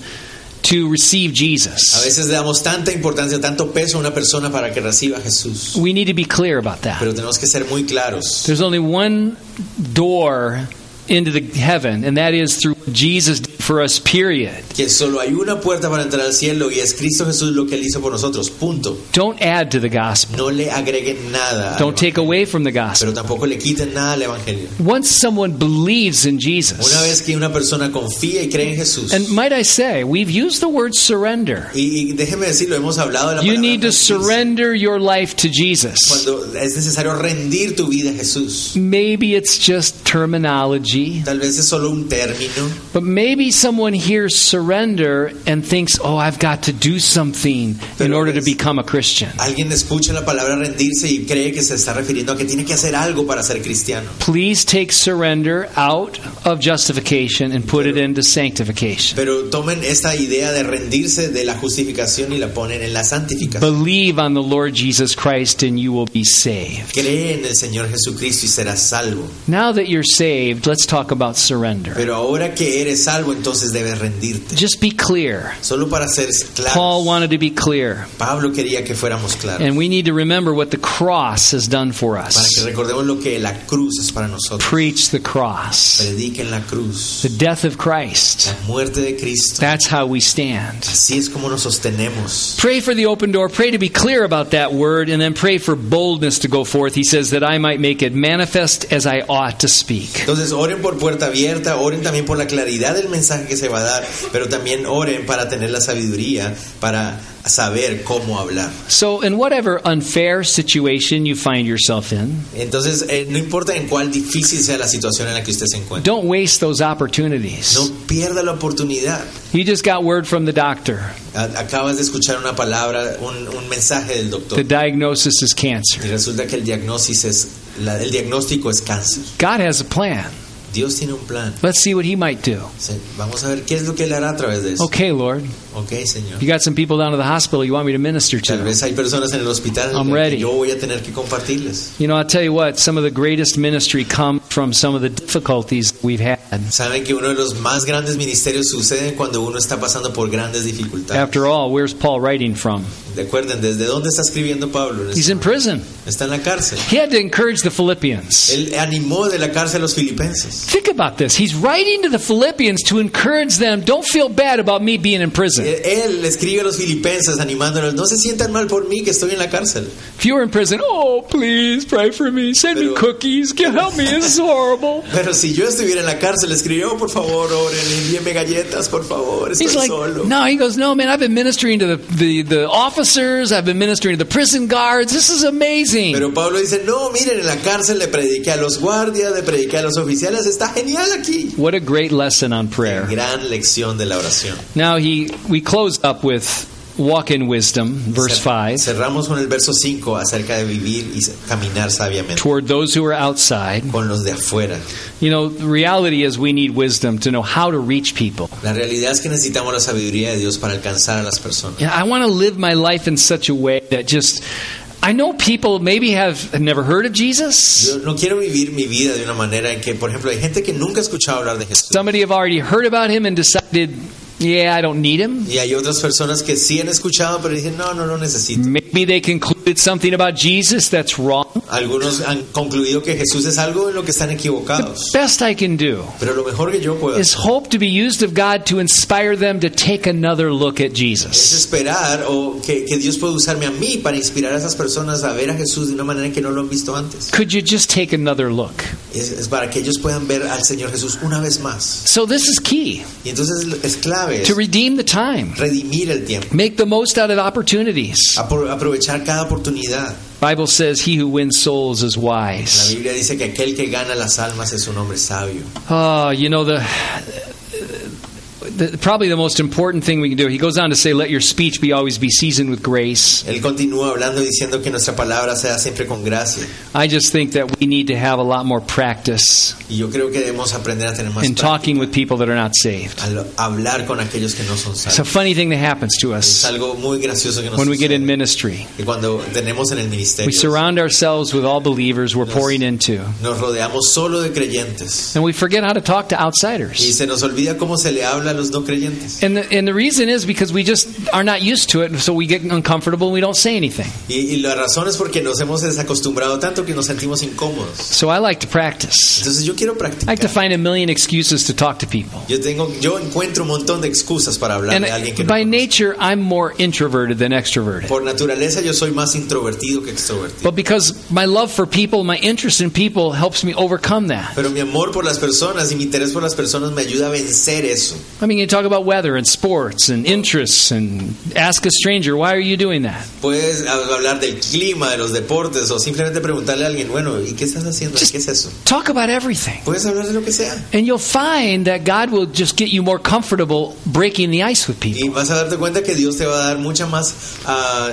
Speaker 1: to receive
Speaker 2: A
Speaker 1: Jesus.
Speaker 2: veces le damos tanta importancia, tanto peso a una persona para que reciba a Jesús.
Speaker 1: We need to be clear about that.
Speaker 2: Pero tenemos que ser muy claros.
Speaker 1: There's only one door into the heaven, and that is through what Jesus did for us, period.
Speaker 2: Que solo hay una puerta para entrar al cielo y es Cristo Jesús lo que Él hizo por nosotros. Punto.
Speaker 1: Don't add to the gospel.
Speaker 2: No le agreguen nada. al
Speaker 1: Don't take
Speaker 2: evangelio,
Speaker 1: away from the gospel.
Speaker 2: Pero tampoco le quiten nada al Evangelio.
Speaker 1: Once someone believes in
Speaker 2: Una
Speaker 1: Jesus,
Speaker 2: vez que una persona confía y cree en Jesús.
Speaker 1: and might I say, we've used the word surrender.
Speaker 2: Y, y déjeme decirlo, hemos hablado de la
Speaker 1: You
Speaker 2: palabra
Speaker 1: need to
Speaker 2: sacrificio.
Speaker 1: surrender your life to Jesus.
Speaker 2: Cuando es necesario rendir tu vida a Jesús.
Speaker 1: Maybe it's just terminology.
Speaker 2: Tal vez es solo un término.
Speaker 1: But maybe someone hears surrender and thinks, oh, I've got to do something in
Speaker 2: Pero
Speaker 1: order to
Speaker 2: es-
Speaker 1: become a Christian.
Speaker 2: Alguien escucha la palabra rendirse y cree que se está refiriendo a que tiene que hacer algo para ser cristiano.
Speaker 1: Please take surrender out of justification and put it into sanctification.
Speaker 2: Pero tomen esta idea de rendirse de la justificación y la ponen en la santificación.
Speaker 1: Believe on the Lord Jesus Christ and you will be saved.
Speaker 2: Cree en el Señor Jesucristo y serás salvo.
Speaker 1: Now that you're saved, let's talk about surrender.
Speaker 2: Pero ahora que eres salvo, entonces debes rendirte.
Speaker 1: Just be clear.
Speaker 2: Solo para ser
Speaker 1: Paul
Speaker 2: claros.
Speaker 1: wanted to be clear.
Speaker 2: Pablo quería que fuéramos claros.
Speaker 1: And we need to remember what the cross has done for
Speaker 2: Para que
Speaker 1: us.
Speaker 2: recordemos lo que la cruz es para nosotros.
Speaker 1: Preach the cross,
Speaker 2: Prediquen la cruz.
Speaker 1: the death of Christ.
Speaker 2: La muerte de Cristo.
Speaker 1: That's how we stand.
Speaker 2: Así es como nos sostenemos.
Speaker 1: Pray for the open door. Pray to be clear about that word, and then pray for boldness to go forth. He says that I might make it manifest as I ought to speak.
Speaker 2: Entonces oren por puerta abierta, oren también por la claridad del mensaje que se va a dar, pero también oren para tener la sabiduría, para saber cómo hablar.
Speaker 1: So, in whatever unfair situation you find yourself in,
Speaker 2: Entonces, eh, no importa en cuál difícil sea la situación en la que usted se encuentra,
Speaker 1: don't waste those
Speaker 2: no
Speaker 1: opportunities.
Speaker 2: pierda la oportunidad.
Speaker 1: You just got word from the doctor.
Speaker 2: A- Acabas de escuchar una palabra, un, un mensaje del
Speaker 1: The
Speaker 2: doctor
Speaker 1: diagnosis is
Speaker 2: y
Speaker 1: cancer.
Speaker 2: resulta que el diagnóstico es la- el diagnóstico es cáncer.
Speaker 1: God has a plan.
Speaker 2: Dios tiene un plan.
Speaker 1: Let's see what He might do.
Speaker 2: Se- Vamos a ver qué es lo que él hará a través de eso.
Speaker 1: Okay, Lord,
Speaker 2: Ok, señor.
Speaker 1: you got some people down to the hospital you want me to minister
Speaker 2: Tal
Speaker 1: to.
Speaker 2: vez hay personas en el hospital
Speaker 1: I'm
Speaker 2: que
Speaker 1: ready.
Speaker 2: yo voy a tener que compartirles.
Speaker 1: You know, I'll tell you what, some of the greatest ministry come from some of the difficulties we've had.
Speaker 2: Saben que uno de los más grandes ministerios sucede cuando uno está pasando por grandes dificultades.
Speaker 1: After all, where's Paul writing from?
Speaker 2: Recuerden, ¿desde dónde está escribiendo Pablo?
Speaker 1: He's in prison.
Speaker 2: Está en la cárcel.
Speaker 1: He had to encourage the Philippians.
Speaker 2: Él animó de la cárcel a los filipenses.
Speaker 1: Think about this. He's writing to the Philippians to encourage them. Don't feel bad about me being in prison.
Speaker 2: Eh, Él le escribe a los filipenses animándolos, no se sientan mal por mí que estoy en la cárcel.
Speaker 1: If you were in prison, oh, please pray for me. Send me
Speaker 2: Pero-
Speaker 1: cookies. Get- Help me. This is horrible.
Speaker 2: Pero si yo estuviera en la cárcel, le escribió, por favor, oren, envíenme galletas, por favor, estoy
Speaker 1: He's like,
Speaker 2: solo.
Speaker 1: no, he goes, no, man, I've been ministering to the, the, the officers, I've been ministering to the prison guards. This is amazing.
Speaker 2: Pero Pablo dice, no, miren, en la cárcel le prediqué a los guardias, le prediqué a los oficiales, está genial aquí.
Speaker 1: what a great lesson on prayer.
Speaker 2: Gran lección de la oración.
Speaker 1: Now he we closed up with walk in wisdom, verse
Speaker 2: Cer-
Speaker 1: 5,
Speaker 2: Cerramos con el verso 5 acerca de vivir y s- caminar sabiamente
Speaker 1: toward those who are outside.
Speaker 2: con los de afuera.
Speaker 1: You know, the reality is we need wisdom to know how to reach people.
Speaker 2: La realidad es que necesitamos la sabiduría de Dios para alcanzar a las personas.
Speaker 1: You know, I want to live my life in such a way that just I know people maybe have, have never heard of Jesus.
Speaker 2: Yo no quiero vivir mi vida de una manera en que, por ejemplo, hay gente que nunca ha escuchado hablar de Jesús.
Speaker 1: Somebody have already heard about him and decided, yeah, I don't need him.
Speaker 2: Y hay otras personas que sí han escuchado, pero dicen, no, no lo necesito.
Speaker 1: Maybe they concluded something about Jesus that's wrong.
Speaker 2: Algunos han concluido que Jesús es algo en lo que están equivocados.
Speaker 1: Best I can do
Speaker 2: Pero lo mejor que yo puedo hacer
Speaker 1: is hope to be used of God to inspire them to take another look at
Speaker 2: es
Speaker 1: Jesus.
Speaker 2: esperar o que, que Dios pueda usarme a mí para inspirar a esas personas a ver a Jesús de una manera en que no lo han visto antes.
Speaker 1: Could you just take another look?
Speaker 2: Es, es para que ellos puedan ver al Señor Jesús una vez más.
Speaker 1: So this is key
Speaker 2: Y entonces es- es clave
Speaker 1: to
Speaker 2: es
Speaker 1: redeem the time.
Speaker 2: redimir el tiempo,
Speaker 1: Make the most out of opportunities.
Speaker 2: apro- aprovechar cada oportunidad.
Speaker 1: Bible says he who wins souls is
Speaker 2: La
Speaker 1: wise.
Speaker 2: Biblia dice que aquel que gana las almas es un hombre sabio.
Speaker 1: Oh, you know the, the probably the most important thing we can do. He goes on to say let your speech be always be seasoned with grace.
Speaker 2: Él continúa hablando diciendo que nuestra palabra sea siempre con gracia.
Speaker 1: I just think that we need to have a lot more practice
Speaker 2: Y yo creo que debemos aprender a tener más
Speaker 1: in talking with people that are not saved.
Speaker 2: práctica al hablar con aquellos que no son
Speaker 1: It's a
Speaker 2: sabios.
Speaker 1: funny thing that happens to us
Speaker 2: Es algo muy gracioso que nos
Speaker 1: when we get
Speaker 2: sucede.
Speaker 1: in ministry.
Speaker 2: que cuando tenemos en el
Speaker 1: We
Speaker 2: ministerio
Speaker 1: surround ourselves with all believers we're pouring into,
Speaker 2: nos rodeamos solo de creyentes
Speaker 1: and we forget how to talk to
Speaker 2: y
Speaker 1: outsiders.
Speaker 2: se nos olvida cómo se le habla a los no creyentes.
Speaker 1: And the, and the reason is because we just are not used to it, so we get uncomfortable and we don't say anything.
Speaker 2: Y, y la razón es porque nos hemos desacostumbrado tanto que nos sentimos incómodos.
Speaker 1: So I like to practice.
Speaker 2: Entonces yo quiero
Speaker 1: I like to
Speaker 2: practicar.
Speaker 1: find a million excuses to talk to people.
Speaker 2: Yo tengo, yo encuentro un montón de excusas para hablar
Speaker 1: And
Speaker 2: de alguien que no
Speaker 1: by
Speaker 2: conozco.
Speaker 1: nature, I'm more introverted than extroverted.
Speaker 2: Por naturaleza yo soy más introvertido que extrovertido.
Speaker 1: But because my love for people, my interest in people helps me overcome that.
Speaker 2: Pero mi amor por las personas y mi interés por las personas me ayuda a vencer eso.
Speaker 1: I mean, you talk about weather and sports and interests and ask a stranger, why are you doing that?
Speaker 2: Puedes hablar del clima, de los deportes o simplemente preguntarle a alguien, bueno, ¿y qué estás haciendo? ¿Qué es eso?
Speaker 1: Talk about everything.
Speaker 2: Puedes hablar de lo que sea.
Speaker 1: And you'll find that God will just get you more comfortable breaking the ice with people.
Speaker 2: Y vas a darte cuenta que Dios te va a dar mucha más ah,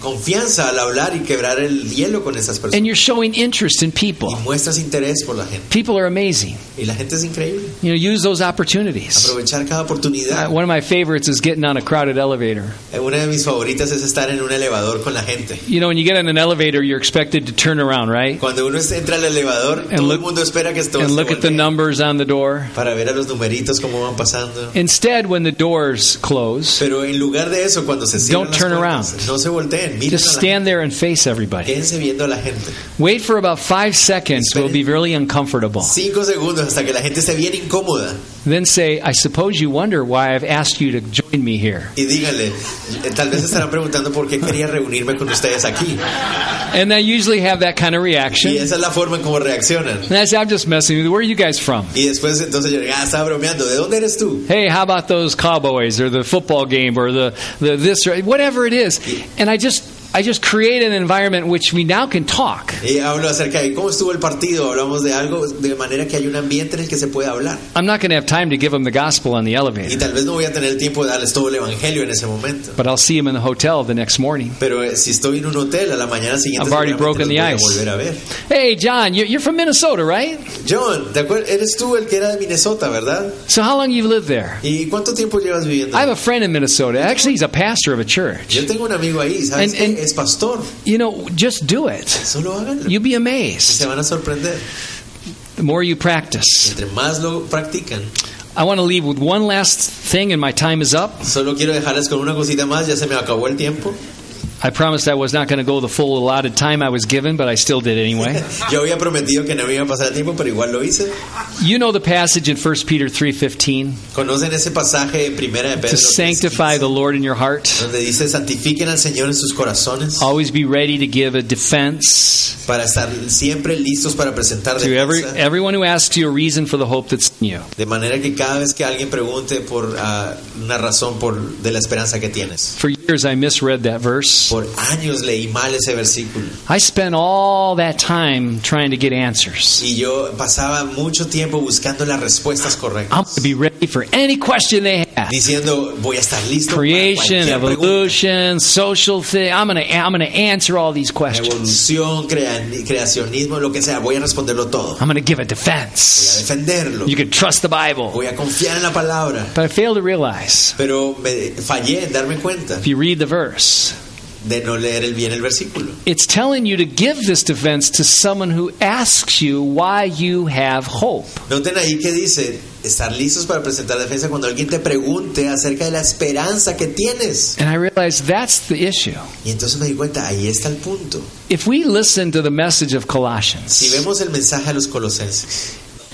Speaker 2: confianza al hablar y quebrar el hielo con esas personas.
Speaker 1: And you're showing interest in
Speaker 2: Y
Speaker 1: people.
Speaker 2: muestras interés por la gente.
Speaker 1: People are amazing.
Speaker 2: Y la gente es increíble.
Speaker 1: You know, use those opportunities.
Speaker 2: Aprovechar cada
Speaker 1: Uh,
Speaker 2: oportunidad.
Speaker 1: One of my favorites is getting on a crowded elevator.
Speaker 2: Eh, Una de mis favoritas es estar en un elevador con la gente.
Speaker 1: You know, when you get on an elevator, you're expected to turn around, right?
Speaker 2: Cuando uno es- entra al elevador, todo
Speaker 1: look-
Speaker 2: el mundo espera que esto
Speaker 1: And look at the numbers on the door.
Speaker 2: para ver a los numeritos cómo van pasando.
Speaker 1: Instead, when the doors close,
Speaker 2: Pero en lugar de eso, cuando se cierran
Speaker 1: Don't
Speaker 2: las
Speaker 1: turn
Speaker 2: puertas,
Speaker 1: around.
Speaker 2: no se volteen, miren
Speaker 1: just
Speaker 2: a la gente.
Speaker 1: stand there and face everybody.
Speaker 2: Quédense viendo a la gente.
Speaker 1: Wait for about five seconds. We'll be really uncomfortable.
Speaker 2: Cinco segundos hasta que la gente esté bien incómoda.
Speaker 1: Then say, I suppose you wonder why I've asked you to join me here.
Speaker 2: Y díganle, eh, tal vez estarán preguntando por qué quería reunirme con ustedes aquí.
Speaker 1: And I usually have that kind of
Speaker 2: Y
Speaker 1: reaction.
Speaker 2: esa es la forma en cómo reaccionan.
Speaker 1: And I say, I'm just messing with you. Where are you guys from?
Speaker 2: Y después entonces yo, ah, estaba bromeando, ¿de dónde eres tú?
Speaker 1: Hey, how about those cowboys or the football game or the, the this or whatever it is? And I just I just create an environment in which we now can talk.
Speaker 2: Y hablo acerca de cómo estuvo el partido, hablamos de algo, de manera que hay un ambiente en el que se puede hablar.
Speaker 1: I'm not going to have time to give them the gospel on the
Speaker 2: Y
Speaker 1: elevator,
Speaker 2: tal vez no voy a tener el tiempo de darles todo el evangelio en ese momento.
Speaker 1: but I'll see them in the hotel the next morning.
Speaker 2: Pero eh, si estoy en un hotel, a la mañana siguiente
Speaker 1: I've already
Speaker 2: seguramente
Speaker 1: broken the
Speaker 2: los
Speaker 1: ice.
Speaker 2: voy a volver a ver.
Speaker 1: Hey, John, you- you're from Minnesota, right?
Speaker 2: John, ¿te acuer- Eres tú el que era de Minnesota, ¿verdad?
Speaker 1: So how long you've lived there?
Speaker 2: ¿Y cuánto tiempo llevas viviendo?
Speaker 1: I have a friend in Minnesota. Actually, he's a pastor of a church.
Speaker 2: Yo tengo un amigo ahí, ¿sabes?
Speaker 1: And-
Speaker 2: qué?
Speaker 1: and-
Speaker 2: es pastor.
Speaker 1: You know, just do it.
Speaker 2: Solo háganlo.
Speaker 1: You'll be
Speaker 2: Se
Speaker 1: amazed.
Speaker 2: van a sorprender.
Speaker 1: The more you practice.
Speaker 2: Entre más lo practican.
Speaker 1: I want to leave with one last thing, and my time is up.
Speaker 2: Solo quiero dejarles con una cosita más, ya se me acabó el tiempo.
Speaker 1: I promised I was not going to go the full allotted time I was given, but I still did anyway.
Speaker 2: Yo había prometido que no me iba a pasar el tiempo, pero igual lo hice.
Speaker 1: you know the passage in 1 Peter 3:15
Speaker 2: ¿Conocen ese pasaje en Primera de
Speaker 1: to
Speaker 2: Pedro?
Speaker 1: sanctify the Lord in your heart,
Speaker 2: Donde dice, santifiquen al Señor en sus corazones
Speaker 1: always be ready to give a defense
Speaker 2: para estar siempre listos para presentar
Speaker 1: to every
Speaker 2: defensa.
Speaker 1: everyone who asks you a reason for the hope that's in you.
Speaker 2: De manera que cada vez que alguien pregunte por ah, una razón por, de la esperanza que tienes.
Speaker 1: For you years I misread that verse.
Speaker 2: Por años leí mal ese versículo
Speaker 1: I spent all that time trying to get answers.
Speaker 2: y yo pasaba mucho tiempo buscando las respuestas correctas.
Speaker 1: I'm going to be ready for any question they have.
Speaker 2: Diciendo, voy a estar listo para
Speaker 1: Creation,
Speaker 2: cualquier pregunta.
Speaker 1: evolution, social thing. I'm going to I'm going to answer all these questions.
Speaker 2: Evolución, crea- creacionismo, lo que sea, voy a responderlo todo.
Speaker 1: I'm going to give a
Speaker 2: Voy a
Speaker 1: defense.
Speaker 2: defenderlo.
Speaker 1: You can trust the Bible.
Speaker 2: Voy a confiar en la palabra.
Speaker 1: But I fail to realize
Speaker 2: Pero me fallé en darme cuenta
Speaker 1: if you read the verse,
Speaker 2: de no leer el bien el versículo.
Speaker 1: it's telling you to give this defense to someone who asks you why you have hope.
Speaker 2: Noten ahí que dice, estar listos para presentar defensa cuando alguien te pregunte acerca de la esperanza que tienes.
Speaker 1: And I realized that's the issue.
Speaker 2: Y entonces me di cuenta, ahí está el punto.
Speaker 1: If we listen to the message of
Speaker 2: Si
Speaker 1: Colossians
Speaker 2: vemos el mensaje a los colosenses,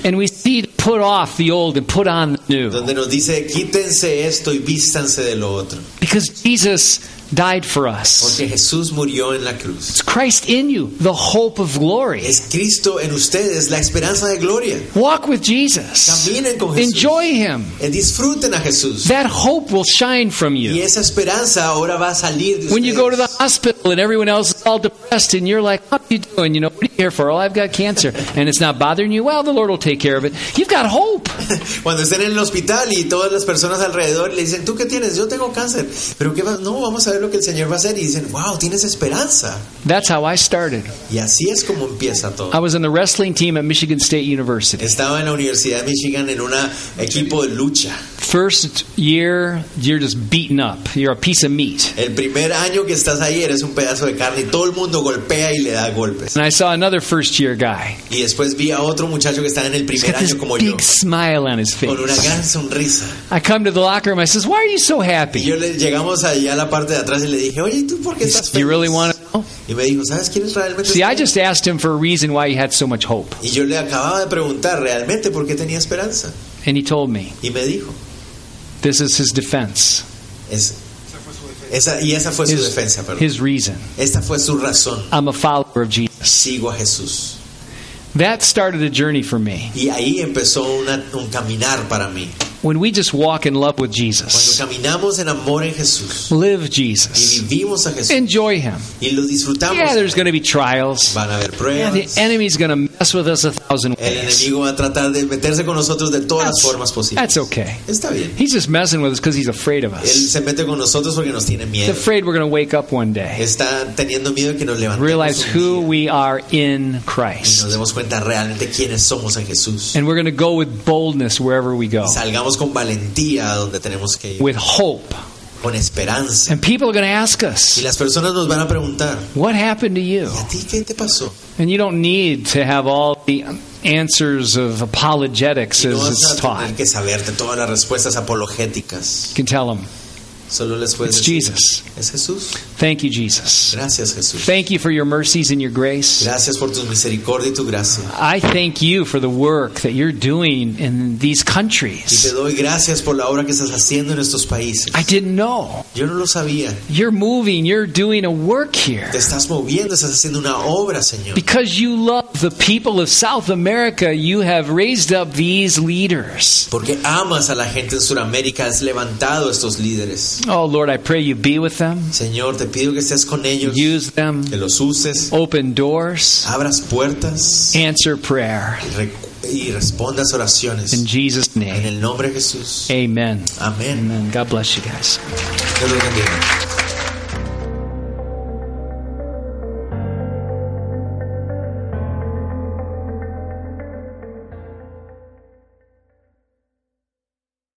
Speaker 1: and we see to put off the old and put on the new,
Speaker 2: donde nos dice, quítense esto y vístanse de lo otro.
Speaker 1: because Jesus died for us.
Speaker 2: Porque Jesús murió en la cruz.
Speaker 1: It's Christ in you, the hope of glory.
Speaker 2: Es Cristo en ustedes, la esperanza de gloria.
Speaker 1: Walk with Jesus.
Speaker 2: Caminen con Jesús.
Speaker 1: Enjoy Him.
Speaker 2: Eh, Disfruten a Jesús.
Speaker 1: That hope will shine from
Speaker 2: Y
Speaker 1: you.
Speaker 2: esa esperanza ahora va a salir de
Speaker 1: When you go to the
Speaker 2: ustedes.
Speaker 1: hospital and everyone else is all depressed and you're like, What are you doing? You know, what are you here for? Oh, I've got cancer. And it's not bothering you. Well, the Lord will take care of it. You've got hope.
Speaker 2: Cuando estén en el hospital y todas las personas alrededor le dicen, ¿tú qué tienes? Yo tengo cáncer. Pero qué va? No, vamos a ver lo que el Señor va a hacer. Y dicen, wow, tienes esperanza.
Speaker 1: That's how I started.
Speaker 2: Y así es como empieza todo.
Speaker 1: I was on the wrestling team at Michigan State University.
Speaker 2: Estaba en la Universidad de Michigan en un equipo de lucha.
Speaker 1: First year, you're just beaten up. You're a piece of meat.
Speaker 2: El primer año que estás ahí eres un pedazo de carne y todo el mundo golpea y le da golpes.
Speaker 1: And I saw another first year guy.
Speaker 2: Y después vi a otro muchacho que estaba en el
Speaker 1: He's
Speaker 2: primer
Speaker 1: got this
Speaker 2: año como yo,
Speaker 1: big smile on his
Speaker 2: con una
Speaker 1: face.
Speaker 2: gran sonrisa.
Speaker 1: I come to the locker room. I says, "Why are you so
Speaker 2: Y
Speaker 1: happy?"
Speaker 2: yo le llegamos allá a la parte de atrás y le dije, oye, ¿y ¿tú por qué
Speaker 1: He
Speaker 2: estás
Speaker 1: says, "You
Speaker 2: feliz?
Speaker 1: really want to know?"
Speaker 2: Y me dijo, ¿sabes quién es realmente? este
Speaker 1: See, I
Speaker 2: esperanza?"
Speaker 1: just asked him for a reason why he had so much hope,
Speaker 2: Y yo le acababa de preguntar realmente por qué tenía esperanza.
Speaker 1: and he told me
Speaker 2: Y me dijo,
Speaker 1: this is his defense.
Speaker 2: es, esa, y esa fue su
Speaker 1: His,
Speaker 2: defensa, perdón.
Speaker 1: his reason.
Speaker 2: Esta fue su razón.
Speaker 1: I'm a follower of Jesus.
Speaker 2: Sigo a Jesús.
Speaker 1: That started a journey for me.
Speaker 2: Y ahí empezó una- un caminar para mí.
Speaker 1: When we just walk in love with
Speaker 2: Cuando
Speaker 1: Jesus,
Speaker 2: caminamos en amor en Jesús
Speaker 1: live
Speaker 2: y
Speaker 1: Jesus,
Speaker 2: vivimos a Jesús
Speaker 1: enjoy Him.
Speaker 2: y lo disfrutamos,
Speaker 1: Yeah, there's going to be trials.
Speaker 2: van a haber
Speaker 1: Yeah,
Speaker 2: pruebas.
Speaker 1: the enemy's going to mess with us a thousand
Speaker 2: El
Speaker 1: ways.
Speaker 2: enemigo va a tratar de meterse con nosotros de todas las
Speaker 1: That's-
Speaker 2: formas posibles.
Speaker 1: That's okay.
Speaker 2: Está bien.
Speaker 1: He's just messing with us because he's afraid of
Speaker 2: Él
Speaker 1: us.
Speaker 2: se mete con nosotros porque nos tiene
Speaker 1: He's
Speaker 2: miedo.
Speaker 1: afraid we're going to wake up one day,
Speaker 2: Está teniendo miedo que nos levantemos.
Speaker 1: realize
Speaker 2: un
Speaker 1: who
Speaker 2: día
Speaker 1: we are in
Speaker 2: y nos
Speaker 1: Christ,
Speaker 2: demos cuenta realmente quiénes somos en Jesús.
Speaker 1: and we're going to go with boldness wherever we go,
Speaker 2: Salgamos con valentía a donde tenemos que ir,
Speaker 1: with hope.
Speaker 2: con esperanza.
Speaker 1: And people are going to ask
Speaker 2: Y
Speaker 1: us,
Speaker 2: las personas nos van a preguntar,
Speaker 1: "What happened to you?"
Speaker 2: ¿y a ti qué te pasó?
Speaker 1: And you don't need to have all the answers of apologetics
Speaker 2: Y no
Speaker 1: as
Speaker 2: vas
Speaker 1: it's
Speaker 2: a
Speaker 1: taught.
Speaker 2: tener que saberte todas las respuestas apologéticas.
Speaker 1: You can tell them,
Speaker 2: Solo les puedes
Speaker 1: "It's
Speaker 2: decir,
Speaker 1: Jesus.
Speaker 2: es Jesús.
Speaker 1: Thank you, Jesus.
Speaker 2: Gracias Jesús.
Speaker 1: Thank you for your mercies and your grace."
Speaker 2: Gracias por tu misericordia y tu gracia.
Speaker 1: I thank you for the work that you're doing in these
Speaker 2: Y te
Speaker 1: countries.
Speaker 2: doy gracias por la obra que estás haciendo en estos países.
Speaker 1: I didn't know.
Speaker 2: Yo no lo sabía.
Speaker 1: You're moving, you're doing a work here.
Speaker 2: Te estás moviendo, estás haciendo una obra, Señor.
Speaker 1: Because you love the people of South America, you have raised up these leaders.
Speaker 2: Porque amas a la gente en Sudamérica, has levantado a estos líderes.
Speaker 1: Oh Lord, I pray you be with them,
Speaker 2: Señor, te pido que estés con ellos,
Speaker 1: use them,
Speaker 2: que los uses,
Speaker 1: open doors,
Speaker 2: abras puertas
Speaker 1: answer prayer.
Speaker 2: y re- y respondas
Speaker 1: In
Speaker 2: oraciones.
Speaker 1: Jesus'
Speaker 2: En
Speaker 1: name,
Speaker 2: el nombre de Jesús.
Speaker 1: amen.
Speaker 2: Amén.
Speaker 1: Amen. God bless you guys.
Speaker 2: Dios los bendiga.